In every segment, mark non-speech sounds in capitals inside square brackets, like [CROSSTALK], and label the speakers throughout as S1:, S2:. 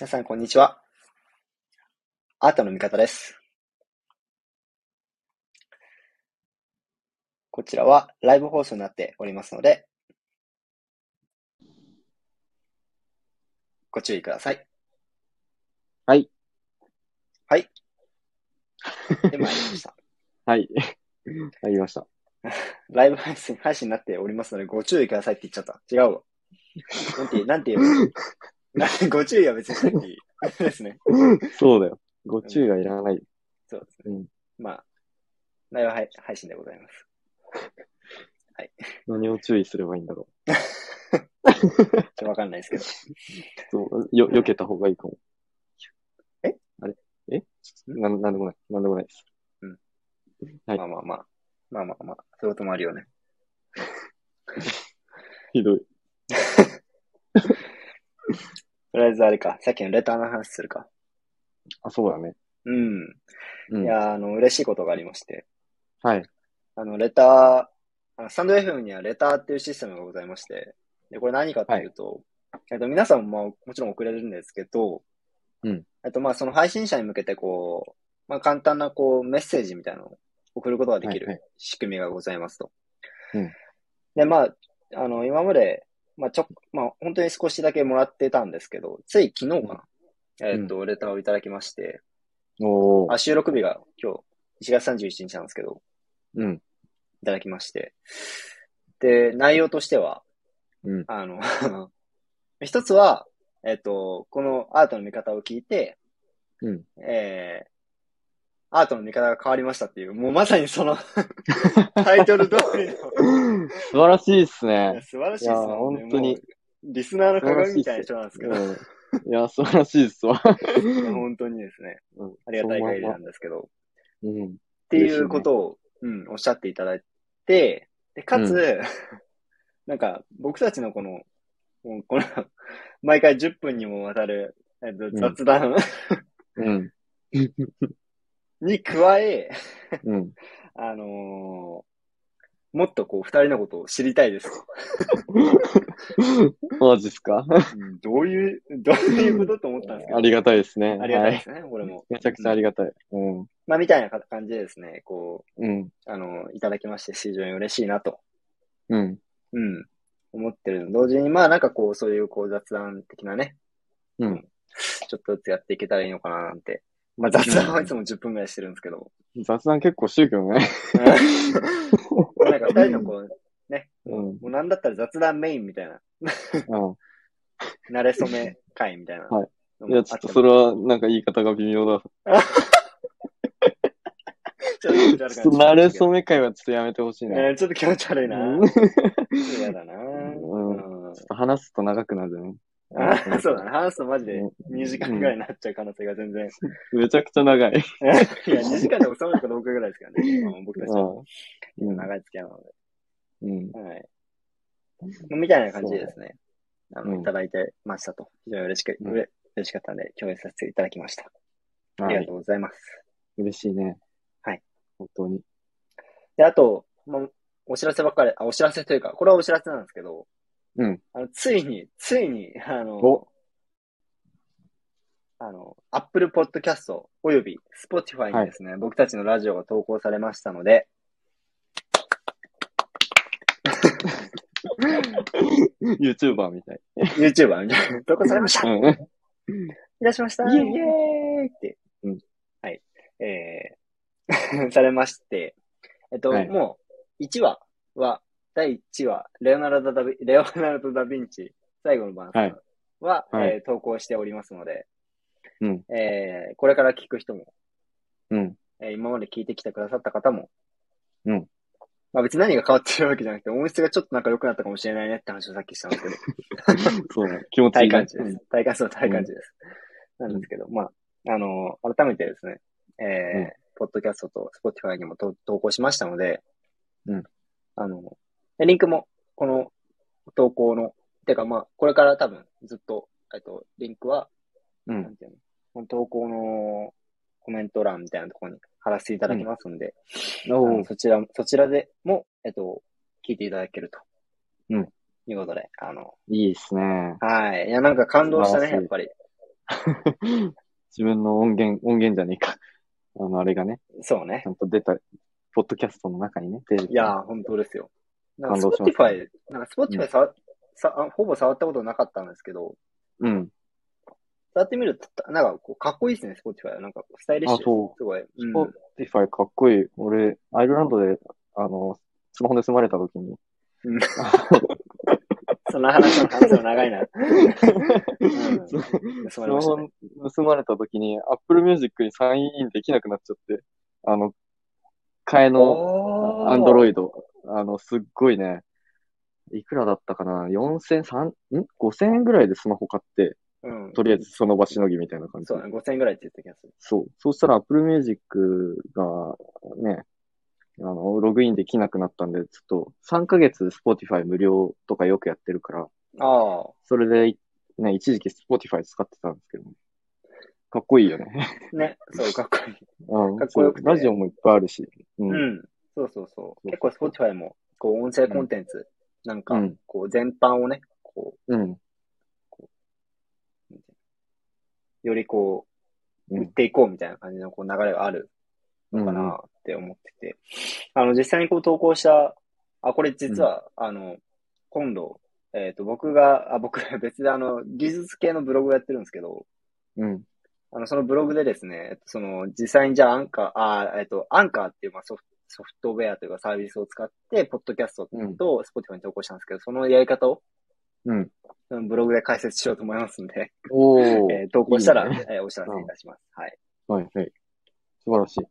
S1: 皆さん、こんにちは。アートの味方です。こちらはライブ放送になっておりますので、ご注意ください。
S2: はい。
S1: はい。で、参りました。 [LAUGHS]
S2: はい。 [LAUGHS] ありました。
S1: ライブ配信、配信になっておりますので、ご注意くださいって言っちゃった。違うわ。なんて、なんて言えばいいなんて [LAUGHS] ご注意は別にさっきですね。
S2: そうだよ。ご注意はいらない。
S1: そうです
S2: うん。
S1: まあ、ライブ配配信でございます。
S2: 何を注意すればいいんだろ
S1: ちょっとわかんないですけど。
S2: う。そう、よ、避けた方がいいかも。
S1: え
S2: あれえなん、なんでもない。なんでもないです。はい
S1: まあまあまあ。まあまあまあ。そういうこともあるよね。
S2: ひどい。
S1: とりあえずあれか。さっきのレターの話するか。
S2: あ、そうだね。
S1: うん。
S2: うん。
S1: いやー、あの、嬉しいことがありまして。
S2: はい。
S1: あの、レター、あのスタンド FM にはレターっていうシステムがございまして。で、これ何かっていうと、えっと、皆さんも、まあ、もちろん送れるんですけど、
S2: うん。
S1: えっと、まあ、その配信者に向けて、こう、まあ、簡単な、こう、メッセージみたいなのを送ることができる
S2: はいはい
S1: 仕組みがございますと。
S2: うん
S1: で、まあ、あの、今まで、まあ、ちょ、まあ、本当に少しだけもらってたんですけど、つい昨日かな、
S2: うん
S1: えっと、レターをいただきまして、
S2: おー
S1: あ、。収録日が今日、1月31日なんですけど、 [LAUGHS]
S2: うん。
S1: いただきまして。で、内容としては、
S2: うん
S1: あの、 [LAUGHS] 一つは、えっ、と、このアートの見方を聞いて、
S2: うん。
S1: えー、アートの見方が変わりましたっていう、もうまさにその [LAUGHS] タイトル通りの、
S2: 素晴らしいっす
S1: いや
S2: ね。
S1: 素晴らしいですよね。
S2: いや本当に
S1: もう。リスナーの鏡みたいな人なんですけど、い
S2: うん。いや、素晴らしいっすわ。
S1: や本当にですね、
S2: うん
S1: ありがたい限りなんですけど、
S2: うん。
S1: っていうことを、うん、おっしゃっていただいて、で、かつ、
S2: う
S1: [LAUGHS] なんか、僕たちのこの、もうこの、毎回10分にもわたる、えっと、
S2: ん
S1: 雑談 [LAUGHS]
S2: うん。
S1: に加え、 [LAUGHS]
S2: うん。
S1: あのーもっとこう、二人のことを知りたい
S2: [LAUGHS]
S1: です。
S2: マジっすか
S1: うんどういう、どういうことと思ったんですけど
S2: あ、りがたいですね。
S1: ありがたい
S2: は
S1: で
S2: い。
S1: すね、これも。
S2: めちゃくちゃありがたい。うん。
S1: まあ、みたいなか感じでですね、こ
S2: うん。
S1: う、あの、いただきまして、非常に嬉しいなと
S2: うん。
S1: うん。思ってるの。同時に、まあなんかこう、そういうこう雑談的なね。
S2: うん。
S1: ちょっとずつやっていけたらいいのかななんて。まあ雑談はいつも10分ぐらいしてるんですけ
S2: [LAUGHS]
S1: ど。
S2: 雑談結構してるけど
S1: [LAUGHS]
S2: ね。
S1: うんなんか二人のこう、ね。
S2: う
S1: も
S2: ん
S1: うなんだったら雑談メインみたいな。
S2: う
S1: 慣れ初め会みたいな。
S2: はい
S1: の
S2: ん。い
S1: もあ
S2: や、
S1: って
S2: ちょ
S1: も。
S2: っとそれは、なんか言い方が微妙だ。
S1: ちょっと気持ち悪くなっちゃう
S2: ちょっと、慣れ初め会はちょっとやめてほしいな。
S1: うんちょっと気持ち悪いな。
S2: うんちょ
S1: 嫌だな。
S2: ん
S1: うん
S2: っと話すと長くなるね。
S1: あ [LAUGHS] そうだね。話すとマジで2時間ぐらいになっちゃう可能性が全然
S2: めちゃくちゃ長い。
S1: いや、2時間で収まるかどうかぐらいですからね。まあ僕たちの
S2: うん。
S1: 長い付き合いなので。
S2: うん。
S1: はい。みたいな感じでですね、あの、
S2: うん
S1: いただいてましたと。非常に嬉しく、
S2: うん
S1: うれ嬉しかったんで、共有させていただきました。あ
S2: は
S1: りが
S2: い
S1: と。うございます。
S2: 嬉しいね。
S1: はい。
S2: 本当に。
S1: で、あと、まあ、お知らせばっかり、あ、お知らせというか、これはお知らせなんですけど、
S2: うん。
S1: あの、ついに、ついに、あの、
S2: お、
S1: あの、Apple Podcast および Spotify にですね、僕たちのラジオが投稿されましたので、
S2: YouTuber みたい。
S1: YouTuber みたいな、投稿されました
S2: うん。
S1: いらっしゃいました
S2: イ
S1: イ
S2: エーイ
S1: エーイって。
S2: うん
S1: はい。えー、 [LAUGHS] されまして、えっと、
S2: はい
S1: もう、1話は、第1話、レオナルド・ダヴィ [LAUGHS] レオナルドダヴィンチ、最後の晩餐は、
S2: はい
S1: えー投稿しておりますので、
S2: うん
S1: えーこれから聞く人も、
S2: うん。
S1: えー今まで聞いてきてくださった方も、
S2: うん。
S1: まあ別に何が変わってるわけじゃなくて、音質がちょっとなんか良くなったかもしれないねって話をさっきしたんですけど、
S2: そうだ。 [LAUGHS] 気持ちい
S1: 体
S2: いね。
S1: 感値です。体感、そう、体感値です。なんですけど、まあ、あの、改めてですね、えー
S2: うん
S1: ポッドキャストと Spotify にもと投稿しましたので、
S2: うん
S1: あの、でリンクも、この投稿の、てかまあ、これから多分ずっと、えっと、リンクは、
S2: う
S1: なん
S2: ん。
S1: ていうの、この投稿のコメント欄みたいなところに貼らせていただきますんで、あ
S2: お
S1: のそちら、そちらでも、えっと、聞いていただけると。
S2: うん。
S1: いうことで、あの、
S2: いいっすね。
S1: はい。いや、なんか感動した
S2: 素
S1: ね、
S2: 晴らしい
S1: やっぱり。
S2: 自分の音源、音源じゃねえか。あの、あれがね、
S1: そうね
S2: ちゃ。んと出た、ポッドキャストの中にね、出る
S1: いやー、本当ですよ。なんか
S2: 感動しました
S1: Spotify、なんか Spotify 触っ、さあほぼ触ったことなかったんですけど、
S2: うん。
S1: 触ってみると、たなんかこうかっこいいですね、Spotify は。なんかスタイリッシュ。
S2: あそう
S1: すごい。うん
S2: Spotify かっこいい。俺、アイルランドで、あの、スマホ盗まれた時に、
S1: うん。その話の話は長
S2: [LAUGHS]
S1: いな。うん
S2: ス
S1: そうなりまし
S2: マ
S1: た
S2: ホ
S1: ね
S2: 盗まれた時に、Apple Music にサインインできなくなっちゃって、あの、替えの、アンドロ
S1: イ
S2: イド。あの、すっごいね、いくらだったかな ?4000、3、ん ?5000 円ぐらいでスマホ買って、
S1: ド。うん。
S2: とりあえずその場しのぎみたいな感じ。
S1: そうだね、5000円ぐらいって言った気がする。
S2: そう。そうしたら Apple Music がね、あの、ログインできなくなったんで、ちょっと3ヶ月 Spotify 無料とかよくやってるから、
S1: あ
S2: それで、ね、一時期 Spotify 使ってたんですけど、かっこいいよね。
S1: [LAUGHS] あ。ね、そう、かっこいい。
S2: うん
S1: かっこよくて
S2: そうラジオもいっぱいあるし。うん。
S1: うん。そうそうそう。結構 Spotify も、こう、音声コンテンツ、なんか
S2: うん、
S1: こう、全般をね、こ
S2: うん。
S1: う、よりこう、
S2: うん
S1: 売っていこうみたいな感じのこう流れがある
S2: うん。
S1: かなって思ってて。あの、実際にこう投稿した、あ、これ実は、あの、今度、えっ、と、僕が、あ、僕、別であの、技術系のブログをやってるんですけど、
S2: うん。
S1: あの、そのブログでですね、えっとその、実際にじゃあアンカー、あーえっと、アンカーっていう、まあ、ソフト、ソフトウェアというかサービスを使って、ポッドキャスト
S2: うん。
S1: と Spotify に投稿したんですけど、そのやり方を
S2: うん。
S1: うんブログで解説しようと思いますんで、
S2: おー。
S1: えー投稿したら
S2: いいね
S1: えーお知らせいたします。はい。
S2: はい、はい。素晴らしい。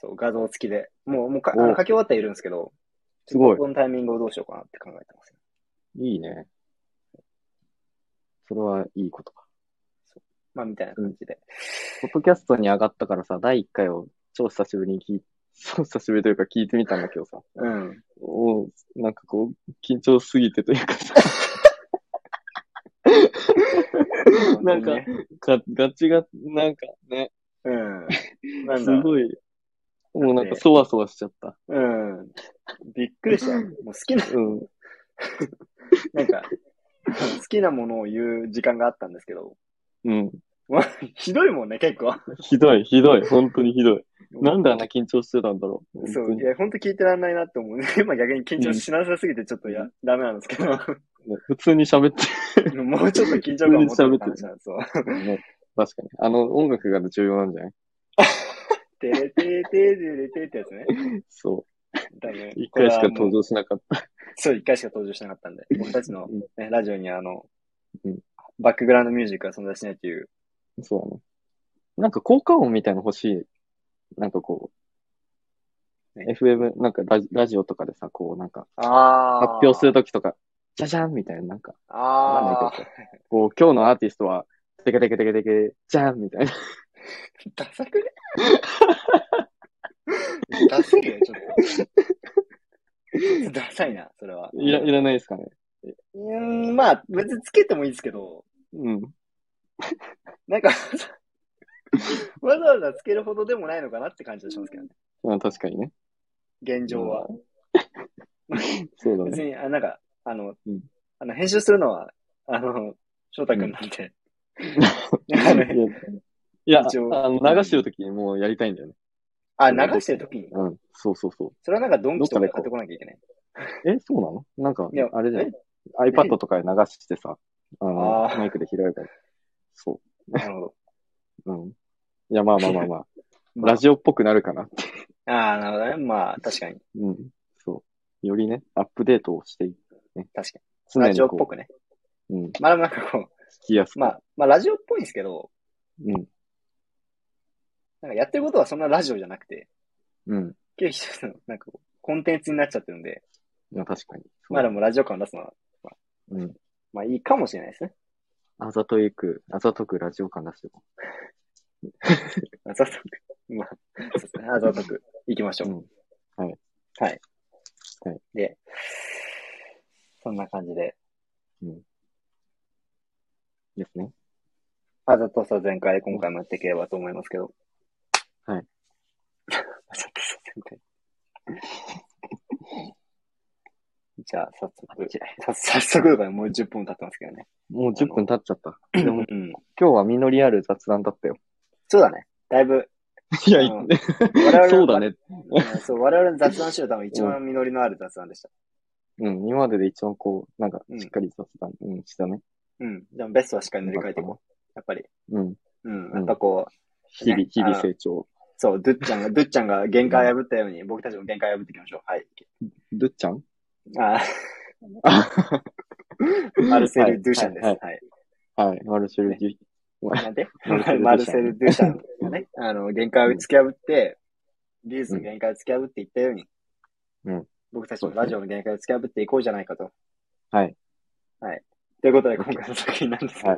S1: そう、画像付きで。もう、もうか、
S2: お
S1: あの書き終わってはいるんですけど、
S2: すごい
S1: このタイミングをどうしようかなって考えてます。
S2: いいね。それはいいことか。
S1: まあ、みたいな感じで。
S2: ポッドキャストに上がったからさ、第1回を超久しぶりに聞い、 [LAUGHS] 超久しぶりというか聞いてみたんだけどさ、
S1: うん。
S2: おうなんかこう、緊張しすぎてというかさ、 [LAUGHS]
S1: 本当にね
S2: なんかがガチが、なんかね、
S1: うん。なん
S2: す
S1: だ
S2: ごい、もうなんかそわそわしちゃった。
S1: うん。びっくりした。もう好き
S2: [LAUGHS]
S1: な、
S2: うん。
S1: なんか、好きなものを言う時間があったんですけど、
S2: うん。
S1: まあひどいもんね、結構。
S2: ひどい、ひどい、本当にひどい。なんであんな緊張してたんだろう。
S1: そ
S2: 本当
S1: う、い
S2: に
S1: や、本当聞いてらんないなって思う。 [LAUGHS] 今逆に緊張しなさすぎてちょっとや、ダメなんですけど、
S2: 普通に喋っ
S1: [LAUGHS]
S2: て
S1: もうちょっと緊張感を持ってる感じなんですよ。
S2: るよね。確かに。あの、音楽が重要なんじゃない
S1: てれてれてれてれてれってやつね。
S2: そ
S1: だね
S2: う。一回し
S1: これは
S2: か登
S1: もう
S2: 場しなかった。
S1: そう、一回しか登場しなかったんで、僕たちの、
S2: うん
S1: ね、ラジオにあの
S2: うん、
S1: バックグラウンドミュージックが存在しないという。
S2: そうだね。なんか効果音みたいなの欲しい。なんかこう、
S1: ね
S2: FM、なんかラジラジオとかでさ、こうなんか、
S1: あ
S2: 発表する
S1: と。
S2: ときとか、じゃじゃんみたいな、なんか、わかん
S1: あ
S2: ないけどさ、こう今日のアーティストは、テケテケテケテケ、じゃんみたいな。
S1: ー、ダサくねダサいよ、ちょっと。ダサいな、それは。
S2: いらいらないですかね。
S1: うーん、まあ、別につけてもいいですけど、
S2: うん。
S1: なんか、わざわざつけるほどでもないのかなって感じがしますけどね。
S2: まあ確かにね。
S1: 現状は。
S2: そうだ
S1: [LAUGHS] 別
S2: ね。
S1: に、あなんか、あの、
S2: うん
S1: あの編集するのは、あの、翔太くんなんで。あの
S2: いや、いや
S1: 一応
S2: あの流してるときにもうやりたいんだよね。
S1: [LAUGHS] あ、流してるときに。
S2: うん。そうそうそ
S1: それはなんかドンキとかで買ってこなきゃいけない。
S2: う。え、そうなのなんか
S1: いや、
S2: あれじゃない
S1: え
S2: iPad とかで流してさ、あの
S1: あー
S2: マイクで拾えばいい。そう。
S1: なるほど。
S2: うん。いや、まあまあまあまあ。
S1: [LAUGHS] まあ
S2: ラジオっぽくなるかな。
S1: ああ、なるほどね。まあ、確かに。
S2: うん。そう。よりね、アップデートをしてい、
S1: 確かに。
S2: 常
S1: ラ
S2: に
S1: ジオっ
S2: こう、
S1: ぽくね。
S2: うん、聞
S1: まあ、でもなんかこ
S2: きやす
S1: う、
S2: く。
S1: まあ、まあ、ラジオっぽいんですけど、
S2: うん。
S1: なんかやってることはそんなラジオじゃなくて、
S2: うん。
S1: 結構、なんかこう、コンテンツになっちゃってるんで、
S2: まあ確かに。そう
S1: まあでもラジオ感を出すのは、
S2: うん。
S1: まあいいかもしれないですね。
S2: あざといく、あざとくラジオ感出していこ
S1: あざとく。まあ、そうですね。あざとく。行きましょう。
S2: うんはい。
S1: はい。
S2: はい。
S1: で、そんな感じで、
S2: う。ですね。
S1: あざとさ全開で今回もやっていければと思いますけど。 [LAUGHS]
S2: は
S1: あ
S2: い。
S1: ざとさ全開。 [LAUGHS] じゃあ、早速。さ早速だからもう10分経ってますけどね。
S2: もう10分経っちゃった。でも、
S1: うん。
S2: 今日は実りある雑談だったよ。
S1: そうだね。だいぶ、
S2: いや、
S1: う
S2: い
S1: ん我々
S2: そうだね。
S1: うんそう、我々の雑談集団は一番実りのある雑談でした。
S2: うん、今までで一番こう、なんか
S1: う、ん
S2: しっかり雑談、うん、したね。
S1: うん。でもベストはしっかり塗り替えていこう。やっぱり。
S2: うん。
S1: うん。やっぱこう、
S2: 日々、
S1: ね
S2: 日
S1: あ
S2: 々
S1: の
S2: 成長。
S1: そう、ドゥッちゃんが、ドゥッちゃんが限界破ったように、僕たちも限界破っていきましょう。はい。
S2: ドゥッちゃん
S1: あ [LAUGHS] ー、マルセル・ドゥシャンです。
S2: は
S1: はい
S2: はい、マルセル・デュ
S1: い。なんで
S2: マルセルドゥシャン
S1: マルセル・ドゥシャンがね、あの、限界を突き破って、技術の限界を突き破っていったように、
S2: うん
S1: 僕たちもラジオの限界を突き破っていこうじゃないかと。
S2: はい。
S1: はい。ということで、今回の作品なんですけど、
S2: は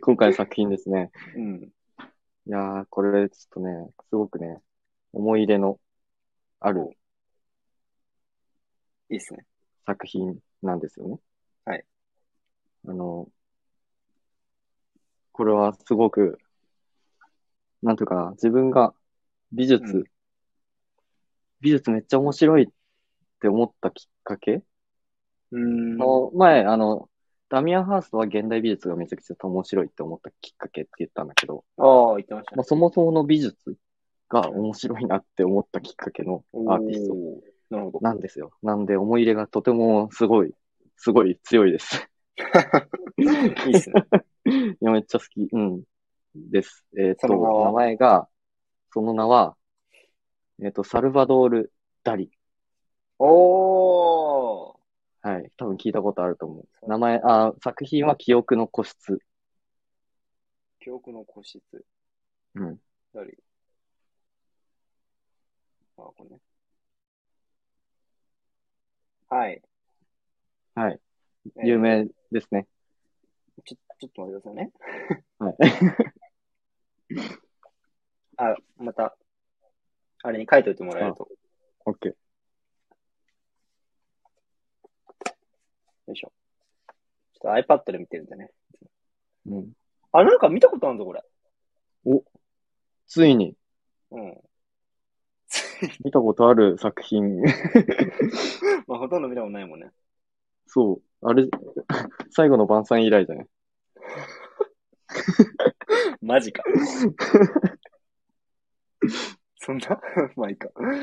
S1: [LAUGHS]
S2: 今回の作品ですね。
S1: うん。
S2: いやー、これちょっとね、すごくね、思い入れのある
S1: いいっすね。
S2: 作品なんですよね。
S1: はい。
S2: あの、これはすごく、なんというかな、自分が美術、
S1: うん
S2: 美術めっちゃ面白いって思ったきっかけ、
S1: うーん。
S2: の前、あの、ダミアン・ハーストは現代美術がめちゃくちゃ面白いって思ったきっかけって言ったんだけど、
S1: ああ、言ってました
S2: ま
S1: ね。
S2: あ、そもそもの美術が面白いなって思ったきっかけのアーティスト
S1: おーなるほど。
S2: なんですよ。なんで思い入れがとてもすごい、すごい強いです。
S1: [LAUGHS] いいっすね。
S2: いや、めっちゃ好き。うん。です。えっ、と、
S1: その名は
S2: 名前が、その名は、えっ、と、サルバドール・ダリ。
S1: おー。
S2: はい。多分聞いたことあると思う。名前、あ、作品は記憶の個室。
S1: 記憶の個室。
S2: うん。
S1: 誰あ、これね。はい。
S2: はい。
S1: えー
S2: 有名ですね。
S1: ちょ、ちょっと待ってくださいね。
S2: はい。
S1: [LAUGHS] あ、また、あれに書いておいてもらえると。
S2: オッケー。
S1: よいしょ。ちょっと iPad で見てるんでね。
S2: うん。
S1: あ、なんか見たことあるぞ、これ。
S2: ついに、
S1: うん。 [LAUGHS]
S2: 見たことある作品。 [LAUGHS]
S1: まあ、ほとんど見たことないもんね。
S2: そう。あれ、 [LAUGHS] 最後の晩餐以来じゃない
S1: マジか。 [LAUGHS] そんなまあいいか。
S2: う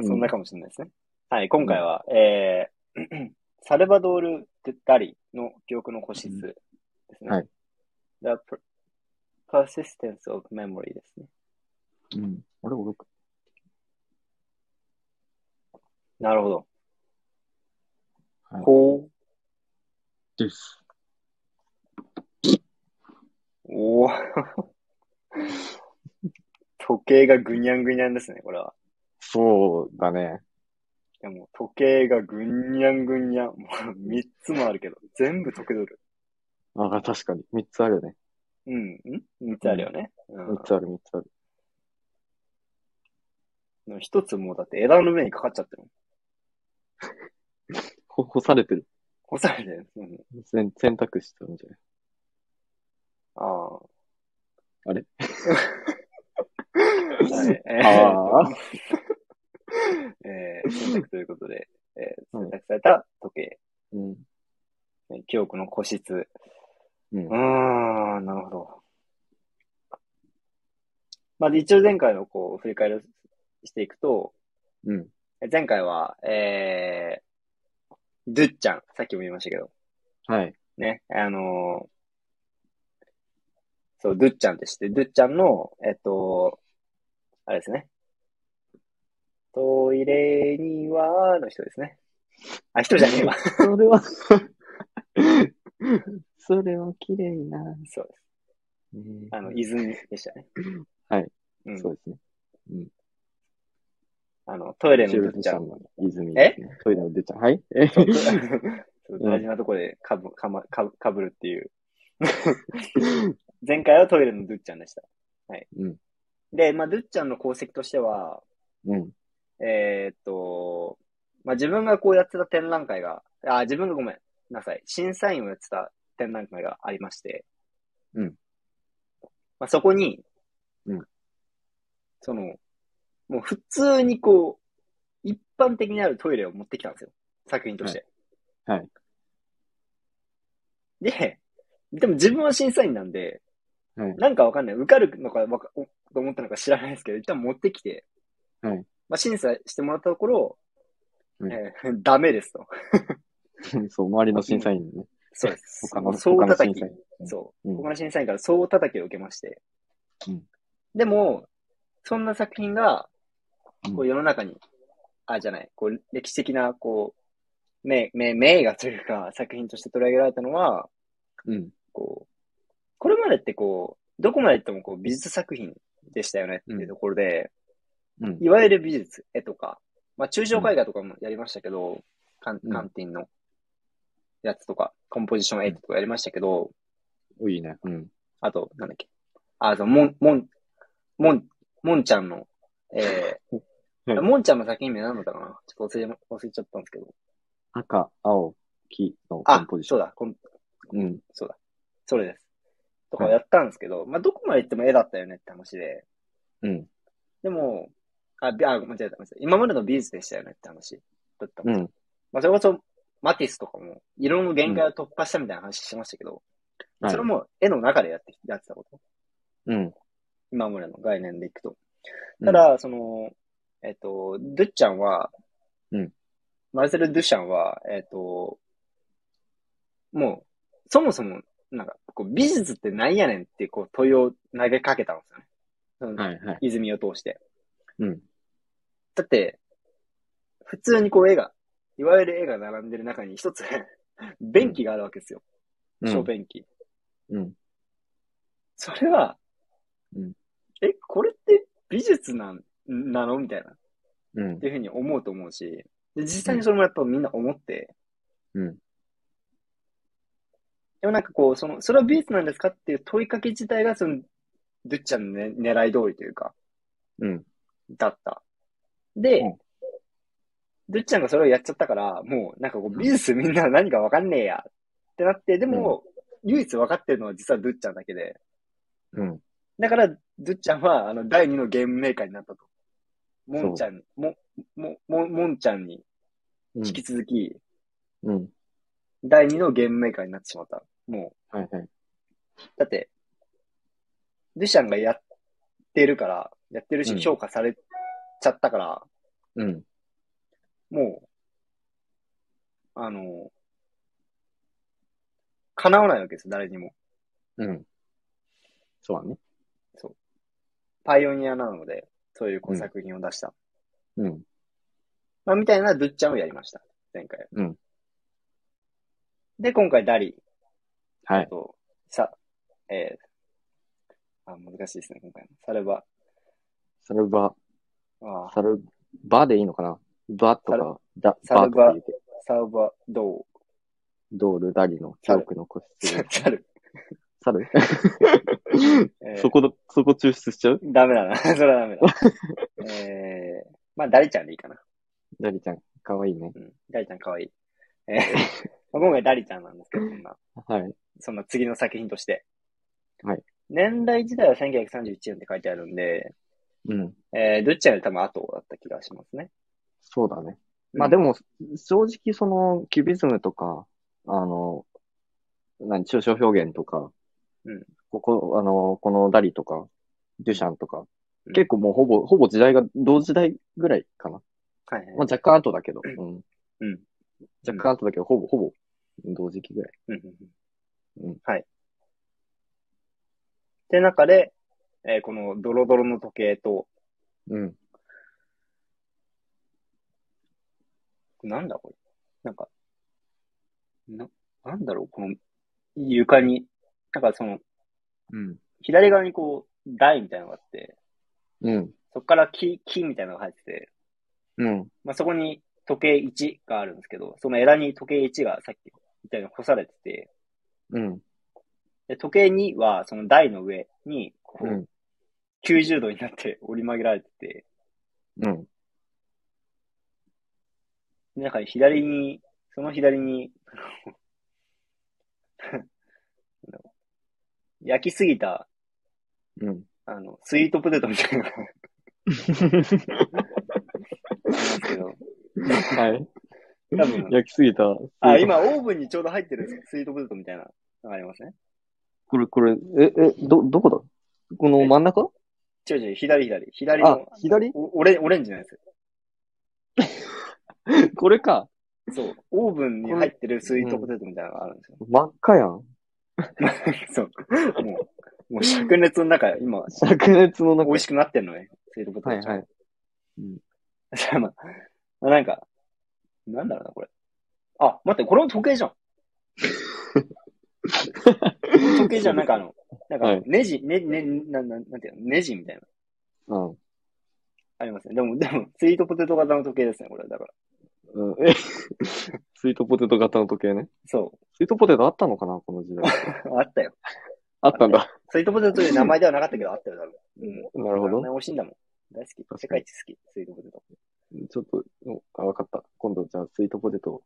S2: ん
S1: そんなかもしれないですね。はい、今回は、えー、 [CLEARS THROAT] サルバドール・ダリの記憶の個室ですね。
S2: はい
S1: The per- persistence of memory ですね。
S2: うん。あれ、俺、
S1: なるほど。
S2: はい
S1: ほ
S2: です。
S1: う。おお。 [LAUGHS] 時計がぐにゃんぐにゃんですね、これは。
S2: そうだね。
S1: いやもう時計がぐにゃんぐにゃん。もう3つもあるけど、全部溶けとる。
S2: あ、確かに。三つあるよね。
S1: うん。ん三つあるよね。うん
S2: 三つある、三つある。
S1: の一つもうだって枝の上にかかっちゃってるもん。
S2: ほ干されてる。
S1: 干されてる。うん、
S2: せん選択肢なんじゃない
S1: ああ。
S2: あれ
S1: はい。えー
S2: ああ。
S1: えー選択ということで、えー
S2: う
S1: 選
S2: ん
S1: 択された時計、
S2: うん。
S1: 記憶の個室。
S2: うん
S1: うーん、なるほど。まあ、一応前回のこう、振り返りをしていくと、
S2: うん。
S1: 前回は、えー、ドゥッちゃん、さっきも言いましたけど、
S2: はい。
S1: ね、あのーそう、ドゥッちゃんって知って、ドゥッちゃんの、えっと、あれですね。トイレには、の人ですね。あ、人じゃねえ
S2: [LAUGHS]
S1: わ。
S2: それは、それは綺麗な。
S1: そうです。
S2: ね
S1: あの、泉でしたね。
S2: はい。
S1: うん。
S2: そうですね。
S1: あの、トイレの
S2: シ
S1: ド
S2: ュ
S1: ゥ
S2: ル
S1: ッ
S2: ト
S1: ち
S2: ち
S1: ゃ
S2: ゃ
S1: ん。
S2: んの泉ですね。トイレの出ちゃん。はいえ
S1: [LAUGHS] そうそう
S2: うん
S1: 大事なとこでかぶ、かま、かぶかぶるっていう。 [LAUGHS] 前回はトイレのドゥッちゃんでした。はい。
S2: うん
S1: で、まあ、ドゥッちゃんの功績としては、
S2: うん。
S1: えーっと、まあ、自分がこうやってた展覧会が、あ、自分がごめんなさい。審査員をやってた展覧会がありまして、
S2: うん。
S1: まあ、そこに、
S2: うん。
S1: その、もう普通にこう、一般的にあるトイレを持ってきたんですよ。作品として。
S2: はいはい
S1: で、でも自分は審査員なんで、
S2: はい
S1: なんかわかんない。受かるのかわかおと思ったのか知らないですけど、一旦持ってきて、
S2: はい
S1: まあ、審査してもらったところ、
S2: はい
S1: えー [LAUGHS] ダメですと。
S2: そう、周りの審査員にね。
S1: そうです。
S2: 他の、
S1: 総
S2: 他の
S1: 叩
S2: 審
S1: き
S2: 査。員。
S1: そう。
S2: うん
S1: 他の審査員から総叩きを受けまして。
S2: うん
S1: でも、そんな作品が、こ
S2: う
S1: う世の中に、あ、じゃない、こう歴史的な、こう、名、名、名画というか、作品として取り上げられたのは、
S2: うん。
S1: こう、これまでってこう、どこまで行ってもこう美術作品でしたよねっていうところで、
S2: うん。
S1: いわゆる美術、絵とか、まあ、抽象絵画とかもやりましたけど、カン
S2: うん
S1: カンティンのやつとか、コンポジションエイトとかやりましたけど、
S2: 多いね。うん。
S1: あと、なんだっけ。あ、そう、もん、もん、もん、もんちゃんの、えー
S2: はい
S1: もんちゃんの作品名なんだったかなちょっと忘れ、忘れちゃったんですけど。
S2: 赤、青、黄のコ
S1: あ
S2: ンポ、ジシ
S1: そ
S2: ョ
S1: う
S2: ン。
S1: だ、こん
S2: うん。
S1: そうだ。それです。とかやったんですけど、まあ、どこまで行っても絵だったよねって話で。
S2: うん。
S1: でも、あ、びあ間違えた、間違えた。今までの美術でしたよねって話だったん
S2: う
S1: ですよ。
S2: ん。
S1: まあ、それこそ、マティスとかも、色の限界を突破したみたいな話しましたけど、
S2: はい
S1: それも絵の中でやってき、やってたこと。
S2: うん。
S1: 今までの概念でいくと。ただ、その、えっと、ドゥッチャンは、
S2: うん
S1: マルセル・ドゥシャンは、えっと、もう、そもそも、なんか、こう美術ってなんやねんっていうこう問いを投げかけたんですよね。その
S2: うん。はいはい。
S1: 泉を通して。
S2: うん。
S1: だって、普通にこう絵が、いわゆる絵が並んでる中に一つ、 [LAUGHS] 便器があるわけですよ。
S2: うん
S1: 小便器。
S2: うん。
S1: それは、
S2: うん
S1: え、これって美術なん、なのみたいな。
S2: うん
S1: って。いうふうに思うと思うし、で実際にそれもやっぱみんな思って、
S2: うん。
S1: でもなんかこう、その、それは美術なんですかっていう問いかけ自体が、その、ドゥッチャンの、ね、狙い通りというか、
S2: うん。
S1: だった。で、
S2: うん
S1: ドゥッチャンがそれをやっちゃったから、もうなんかこう、美術みんな何かわかんねえや、ってなって、でも、唯一わかってるのは実はドゥッチャンだけで、
S2: うん。
S1: だから、ドゥッチャンは、あの、第二のゲームメーカーになったと。もんちゃんに、も、も、も、もんちゃんに
S2: うん
S1: 引き続き、
S2: うん。
S1: 第二のゲームメーカーになってしまった。も
S2: はいはい。
S1: う、だって、デュシャンがやってるから、やってる
S2: う
S1: し、
S2: ん
S1: 評価されちゃったから、
S2: うん。
S1: もう、あの、叶わないわけですよ、誰にも。
S2: うん。そうだね。
S1: パイオニアなので、そういうこう
S2: うん
S1: 作品を出した。
S2: うん。
S1: まあ、みたいなドゥッチャンをやりました、前回。
S2: うん
S1: で、今回、ダリ
S2: は
S1: えっ
S2: い。
S1: と、さ、えー、あ、難しいですね、今回の。サルバ、
S2: サルバ、
S1: あ
S2: サルバでいいのかなバとか、だ
S1: サ
S2: バ
S1: ル
S2: とか
S1: バ
S2: 言って、
S1: サルバ、ド
S2: ドール、ダリの記憶の個
S1: ウ、 [LAUGHS]
S2: 室。
S1: サル、
S2: サル
S1: えー
S2: [LAUGHS] そこだ、そこ抽出しちゃう
S1: ダメだな、 [LAUGHS] それはダメだ。えー、まあ、ダリちゃんでいいかな。
S2: ダリちゃん、かわいいね。
S1: うん、ダリちゃんかわいい。えー、まあ今回ダリちゃんなんですけど、そんな、
S2: はい。
S1: その次の作品として。
S2: はい。
S1: 年代自体は1931年って書いてあるんで、
S2: うん。
S1: えー、どっちより多分後だった気がしますね。
S2: そうだね。まあでも、正直その、キュビズムとか、あの、何、抽象表現とか、
S1: うん
S2: ここ、あの、このダリとか、デュシャンとか、
S1: うん
S2: 結構もうほぼ、ほぼ時代が同時代ぐらいかな。
S1: はいはい
S2: まあ、若干後だけど、うん。
S1: うん
S2: 若干後だけど、ほぼ、ほぼ、同時期ぐらい。
S1: うんうんうん
S2: うん
S1: はい。で、中で、えーこのドロドロの時計と、
S2: うん。
S1: なんだこれなんか、な、なんだろうこの床に、なんかその、
S2: うん。
S1: 左側にこう、台みたいなのがあって、
S2: うん。
S1: そこから木、木みたいなのが入ってて、
S2: うん。
S1: まあ、そこに時計1があるんですけど、その枝に時計1がさっきみたいに干されてて、
S2: うん。
S1: で時計2はその台の上に、こ
S2: う。
S1: うん90度になって折り曲げられてて、
S2: うん。
S1: でなんか左に、その左に、 [LAUGHS] 焼きすぎた、
S2: [LAUGHS] うん。
S1: あの、スイートポテトみたいなのがありますけど、
S2: はい。
S1: 多分
S2: 焼きすぎた。
S1: あ、今オーブンにちょうど入ってるスイートポテトみたいなのがありますね。
S2: これ、これ、え、え、ど、どこだこの真ん中
S1: 違う違う、左左。左
S2: あ
S1: の、、
S2: 左 [LAUGHS]
S1: おオレオレンジのやつ。
S2: これか。
S1: そう。オーブンに入ってるスイートポテトみたいなのがあるんですよ。
S2: 真っ赤やん。
S1: [LAUGHS] そう。もう、もう灼熱の中、今、
S2: 灼熱の中。
S1: 美味しくなってんのね。スイートポテ
S2: はい
S1: トちゃん。
S2: はい。
S1: じゃ [LAUGHS] あまあ、まあなんか、なんだろうな、これ。あ、待って、これも時計じゃん。時計じゃん、なんかあの、なん
S2: はい
S1: か、ネジ、ね、ね、なん、なん、なんていうの、ネジみたいな。
S2: うん。
S1: ありますね。でも、でも、スイートポテト型の時計ですね、これ。だから。
S2: うん、え [LAUGHS] スイートポテト型の時計ね。
S1: そ
S2: スイートポテトあったのかなこの時代。
S1: う。あ [LAUGHS] ったよ。
S2: あったんだ。
S1: スイートポテトという名前ではなかったけど、あったよ、多分。うん。
S2: なるほど
S1: あんな。に美味しいんだもん。大好
S2: かに
S1: き。世界一好き、スイートポテト。
S2: ちょっと、おあ、わかった。今度、じゃあ、スイートポテトを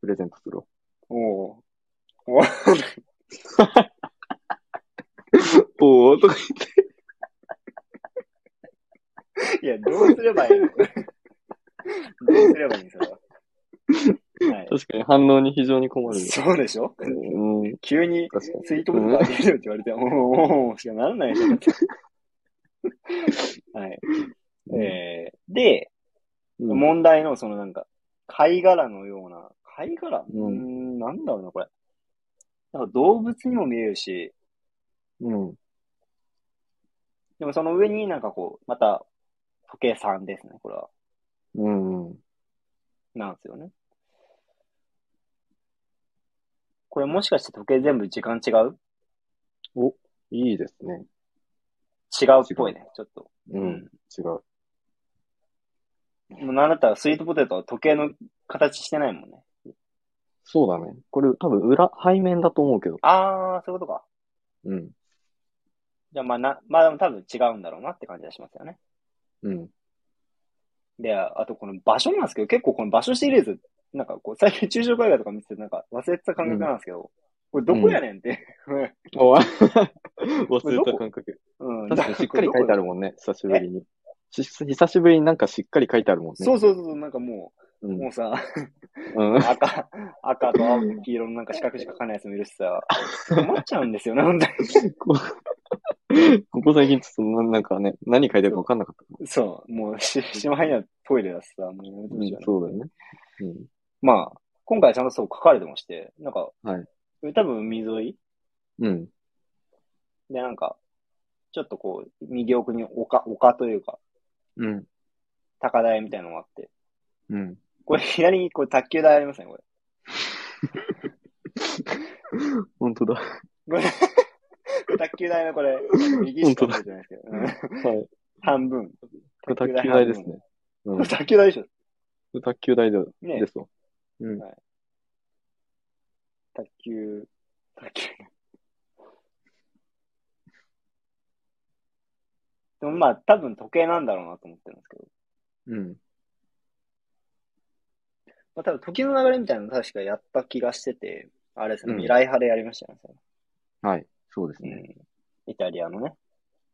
S2: プレゼントするわ。
S1: おお。おお。
S2: おーとか言って。
S1: いや、どうすればい
S2: [LAUGHS]
S1: いのどうすればいいんそれ
S2: [LAUGHS]
S1: は。はい。
S2: 確かに反応に非常に困る。
S1: そうでしょ
S2: うん、
S1: 急に
S2: 確かに。
S1: スイートポテトあげるよって言われて、おーおーしかならないじゃん。はい。えー、で、
S2: うん、
S1: 問題のそのなんか、貝殻のような、貝殻
S2: う
S1: うんーん、なんだろうな、これ。なんか動物にも見えるし、
S2: うん。
S1: でもその上になんかこう、また、時計さんですね、これは。
S2: うん。うん。
S1: なんですよね。これもしかして時計全部時間違う
S2: いいですね。
S1: 違うっぽいね、ちょっと。
S2: うん。違う。
S1: もうなんだったらスイートポテトは時計の形してないもんね。
S2: そうだね。これ多分裏、背面だと思うけど。
S1: あー、そういうことか。
S2: うん。
S1: じゃあまあな、まあでも多分違うんだろうなって感じがしますよね。
S2: うん。
S1: で、あとこの場所なんですけど、結構この場所シリーズ、なんかこう、最近中小海外とか見ててなんか忘れてた感覚なんですけど、これどこやねんって。 [LAUGHS]
S2: お忘れた感覚。
S1: うん、
S2: 確かにしっかり書いてある
S1: ん。
S2: もんね。久しぶりに。し久しぶりになんかしっかり書いてあるもんね。
S1: そうそうそう、なんかも
S2: う
S1: う、
S2: ん。
S1: もうさ、
S2: うん。
S1: 赤、赤と青と黄色のなんか四角しか書かないやつもいるしさ、困っちゃうんですよね、本当
S2: こここ最近ちょっとななんかね、何書いてるか分かんなかった。
S1: に。そう、もうし、しまいにはトイレだしさ、もうやめてほしいよね。
S2: そうだよね。うん。
S1: まあ、今回ちゃんとそう書かれてまして、なんか、
S2: は
S1: 多分海沿い
S2: うん。
S1: で、なんか、ちょっとこう、右奥に丘、丘というか、
S2: うん。
S1: 高台みたいなのがあって、
S2: うん。
S1: これ左にこう卓球台ありますね、これ。
S2: 本当だ。は
S1: これ [LAUGHS] 卓球台のこれ、右しか見えてないですけど、うん
S2: い。
S1: 半分。
S2: これ卓球台ですね。う
S1: こ
S2: ん
S1: れ。卓球台でしょ
S2: これ卓球台で
S1: ね
S2: ですわ。うん
S1: はい。卓球、卓球。でもまあ、多分時計なんだろうなと思ってるんですけど。
S2: うん。
S1: まあ多分時の流れみたいなの確かやった気がしてて、あれですね、
S2: うん
S1: 未来派でやりましたよね。
S2: はい。そうですね。
S1: うん。イタリアのね。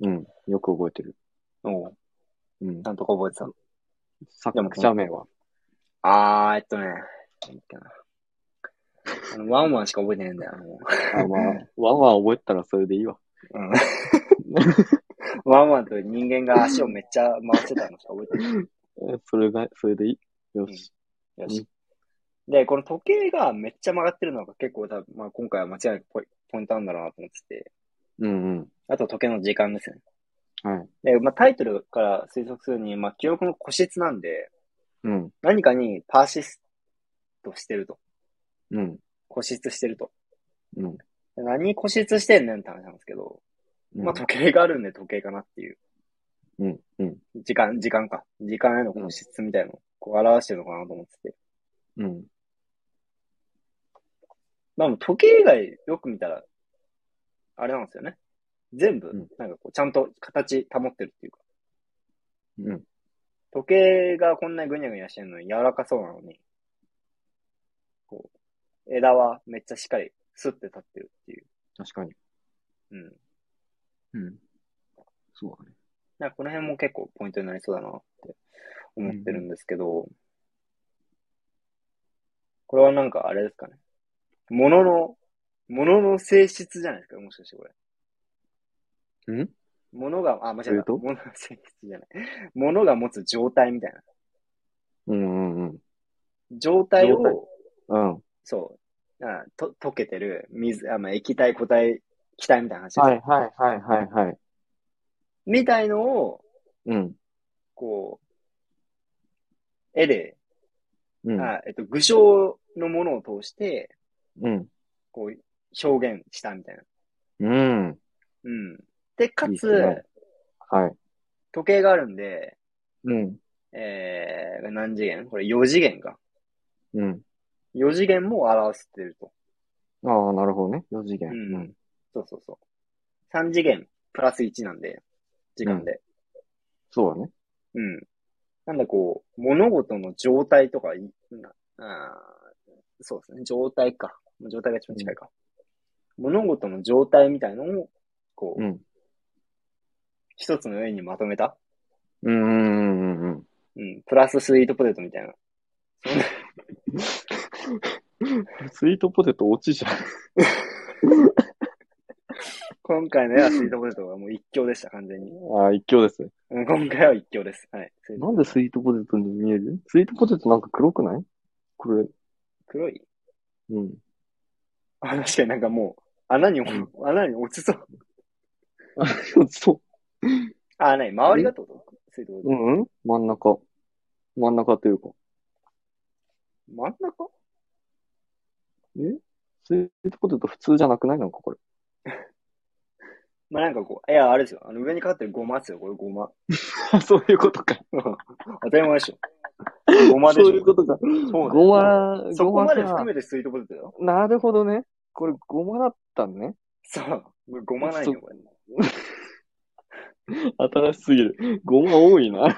S2: うん。よく覚えてる。
S1: おう
S2: うん。
S1: なんとか覚えてた。
S2: 作者名は。
S1: あー、えっとね。なんだっけなあのワンワンしか覚えてないんだよ。も
S2: あまあ、 [LAUGHS] ワンワン覚えてたらそれでいいわ。
S1: ううん [LAUGHS] ワンワンと人間が足をめっちゃ回してたのしか覚えてない。
S2: えそれが、それでいい。よし。
S1: よし。で、この時計がめっちゃ曲がってるのが結構多分、まあ今回は間違いなくポイポイントなんだろうなと思ってて、
S2: うんうん。
S1: あと時計の時間ですね。
S2: はい。
S1: で、まあタイトルから推測するに、まあ記憶の固執なんで、
S2: うん。
S1: 何かにパーシストしてると。
S2: うん。
S1: 固執してると。
S2: うん。
S1: 何に固執してんねんって話なんですけど、まあ時計があるんで時計かなっていう。
S2: うん。うん。
S1: 時間、時間か。時間への固執みたいなのをこう表してるのかなと思ってて。
S2: うん。
S1: まあ、時計以外よく見たら、あれなんですよね。全部
S2: うん、
S1: なんかこう、ちゃんと形保ってるっていうか、
S2: うん。
S1: 時計がこんなにぐにゃぐにゃしてるのに柔らかそうなのに、こう、枝はめっちゃしっかりスッて立ってるっていう。
S2: 確かに。
S1: うん。
S2: うん。そうだね。
S1: なんかこの辺も結構ポイントになりそうだなって思ってるんですけど、これはなんかあれですかね。物のものの性質じゃないですか、もしかしてこれ。
S2: ん
S1: ものが、あ、間違え
S2: どういう
S1: た。
S2: こと
S1: ものの性質じゃない。ものが持つ状態みたいな。
S2: うんうんうん。
S1: 状態
S2: 状態
S1: を、
S2: うん。は
S1: そう、あと溶けてる水、あまあ、液体、固体、気体みたいな話
S2: い
S1: です、
S2: はいはいはいはい。
S1: みたいのを、
S2: うん。
S1: こう、絵で、
S2: うん。
S1: あえっと、具象のものを通して、
S2: うん。
S1: こう、表現したみたいな。
S2: うん。
S1: うん。で、か
S2: いいっ
S1: つ、
S2: すねはい。
S1: 時計があるんで、
S2: うん。
S1: えー、何次元これ4次元か。
S2: うん。
S1: 4次元も表してると。
S2: ああ、なるほどね。4次元。
S1: うん。そうそうそう。3次元プラス1なんで、時間で。
S2: そうだね。
S1: うん。なんだこう、物事の状態とかい、なあーそうですね。状態か。状態が一番近いか。物事の状態みたいのを、こう、
S2: うん。
S1: 一つの絵にまとめた。
S2: うんうんうんうんうん。
S1: うん。プラススイートポテトみたいな。
S2: スイートポテト落ちじゃん。
S1: 今回
S2: [LAUGHS]
S1: の絵はスイートポテトがもう一強でした、完全に。
S2: ああ、一強ですね。
S1: うん今回は一強です。はい。スイート
S2: なんでスイートポテトに見えるスイートポテトなんか黒くないこれ。
S1: 黒い
S2: うん。
S1: あ、確かになんかもう、穴に、
S2: ん
S1: 穴に落ちそう。
S2: [LAUGHS] そ
S1: あ、ない、周りがってことそういう
S2: う。
S1: こ
S2: うん、うん、真ん中。真ん中というか。
S1: と。真ん中
S2: スイートポテト普通じゃなくないなんかこれ。
S1: まあ、なんかこう、いや、あれですよ。あの、上にかかってるゴマですよ、これゴマ。
S2: [LAUGHS] そういうことか。
S1: 当たり前でしょ。ゴマでしょ。
S2: そういうことか。
S1: そうだよ
S2: ごま、
S1: そ
S2: ご
S1: こ
S2: ま
S1: まで含
S2: か。
S1: めてスイートポテトだよ。
S2: なるほどね。これごまだったんね。
S1: そう。ゴマないよ、これ。
S2: 新しすぎる。ごま多いな。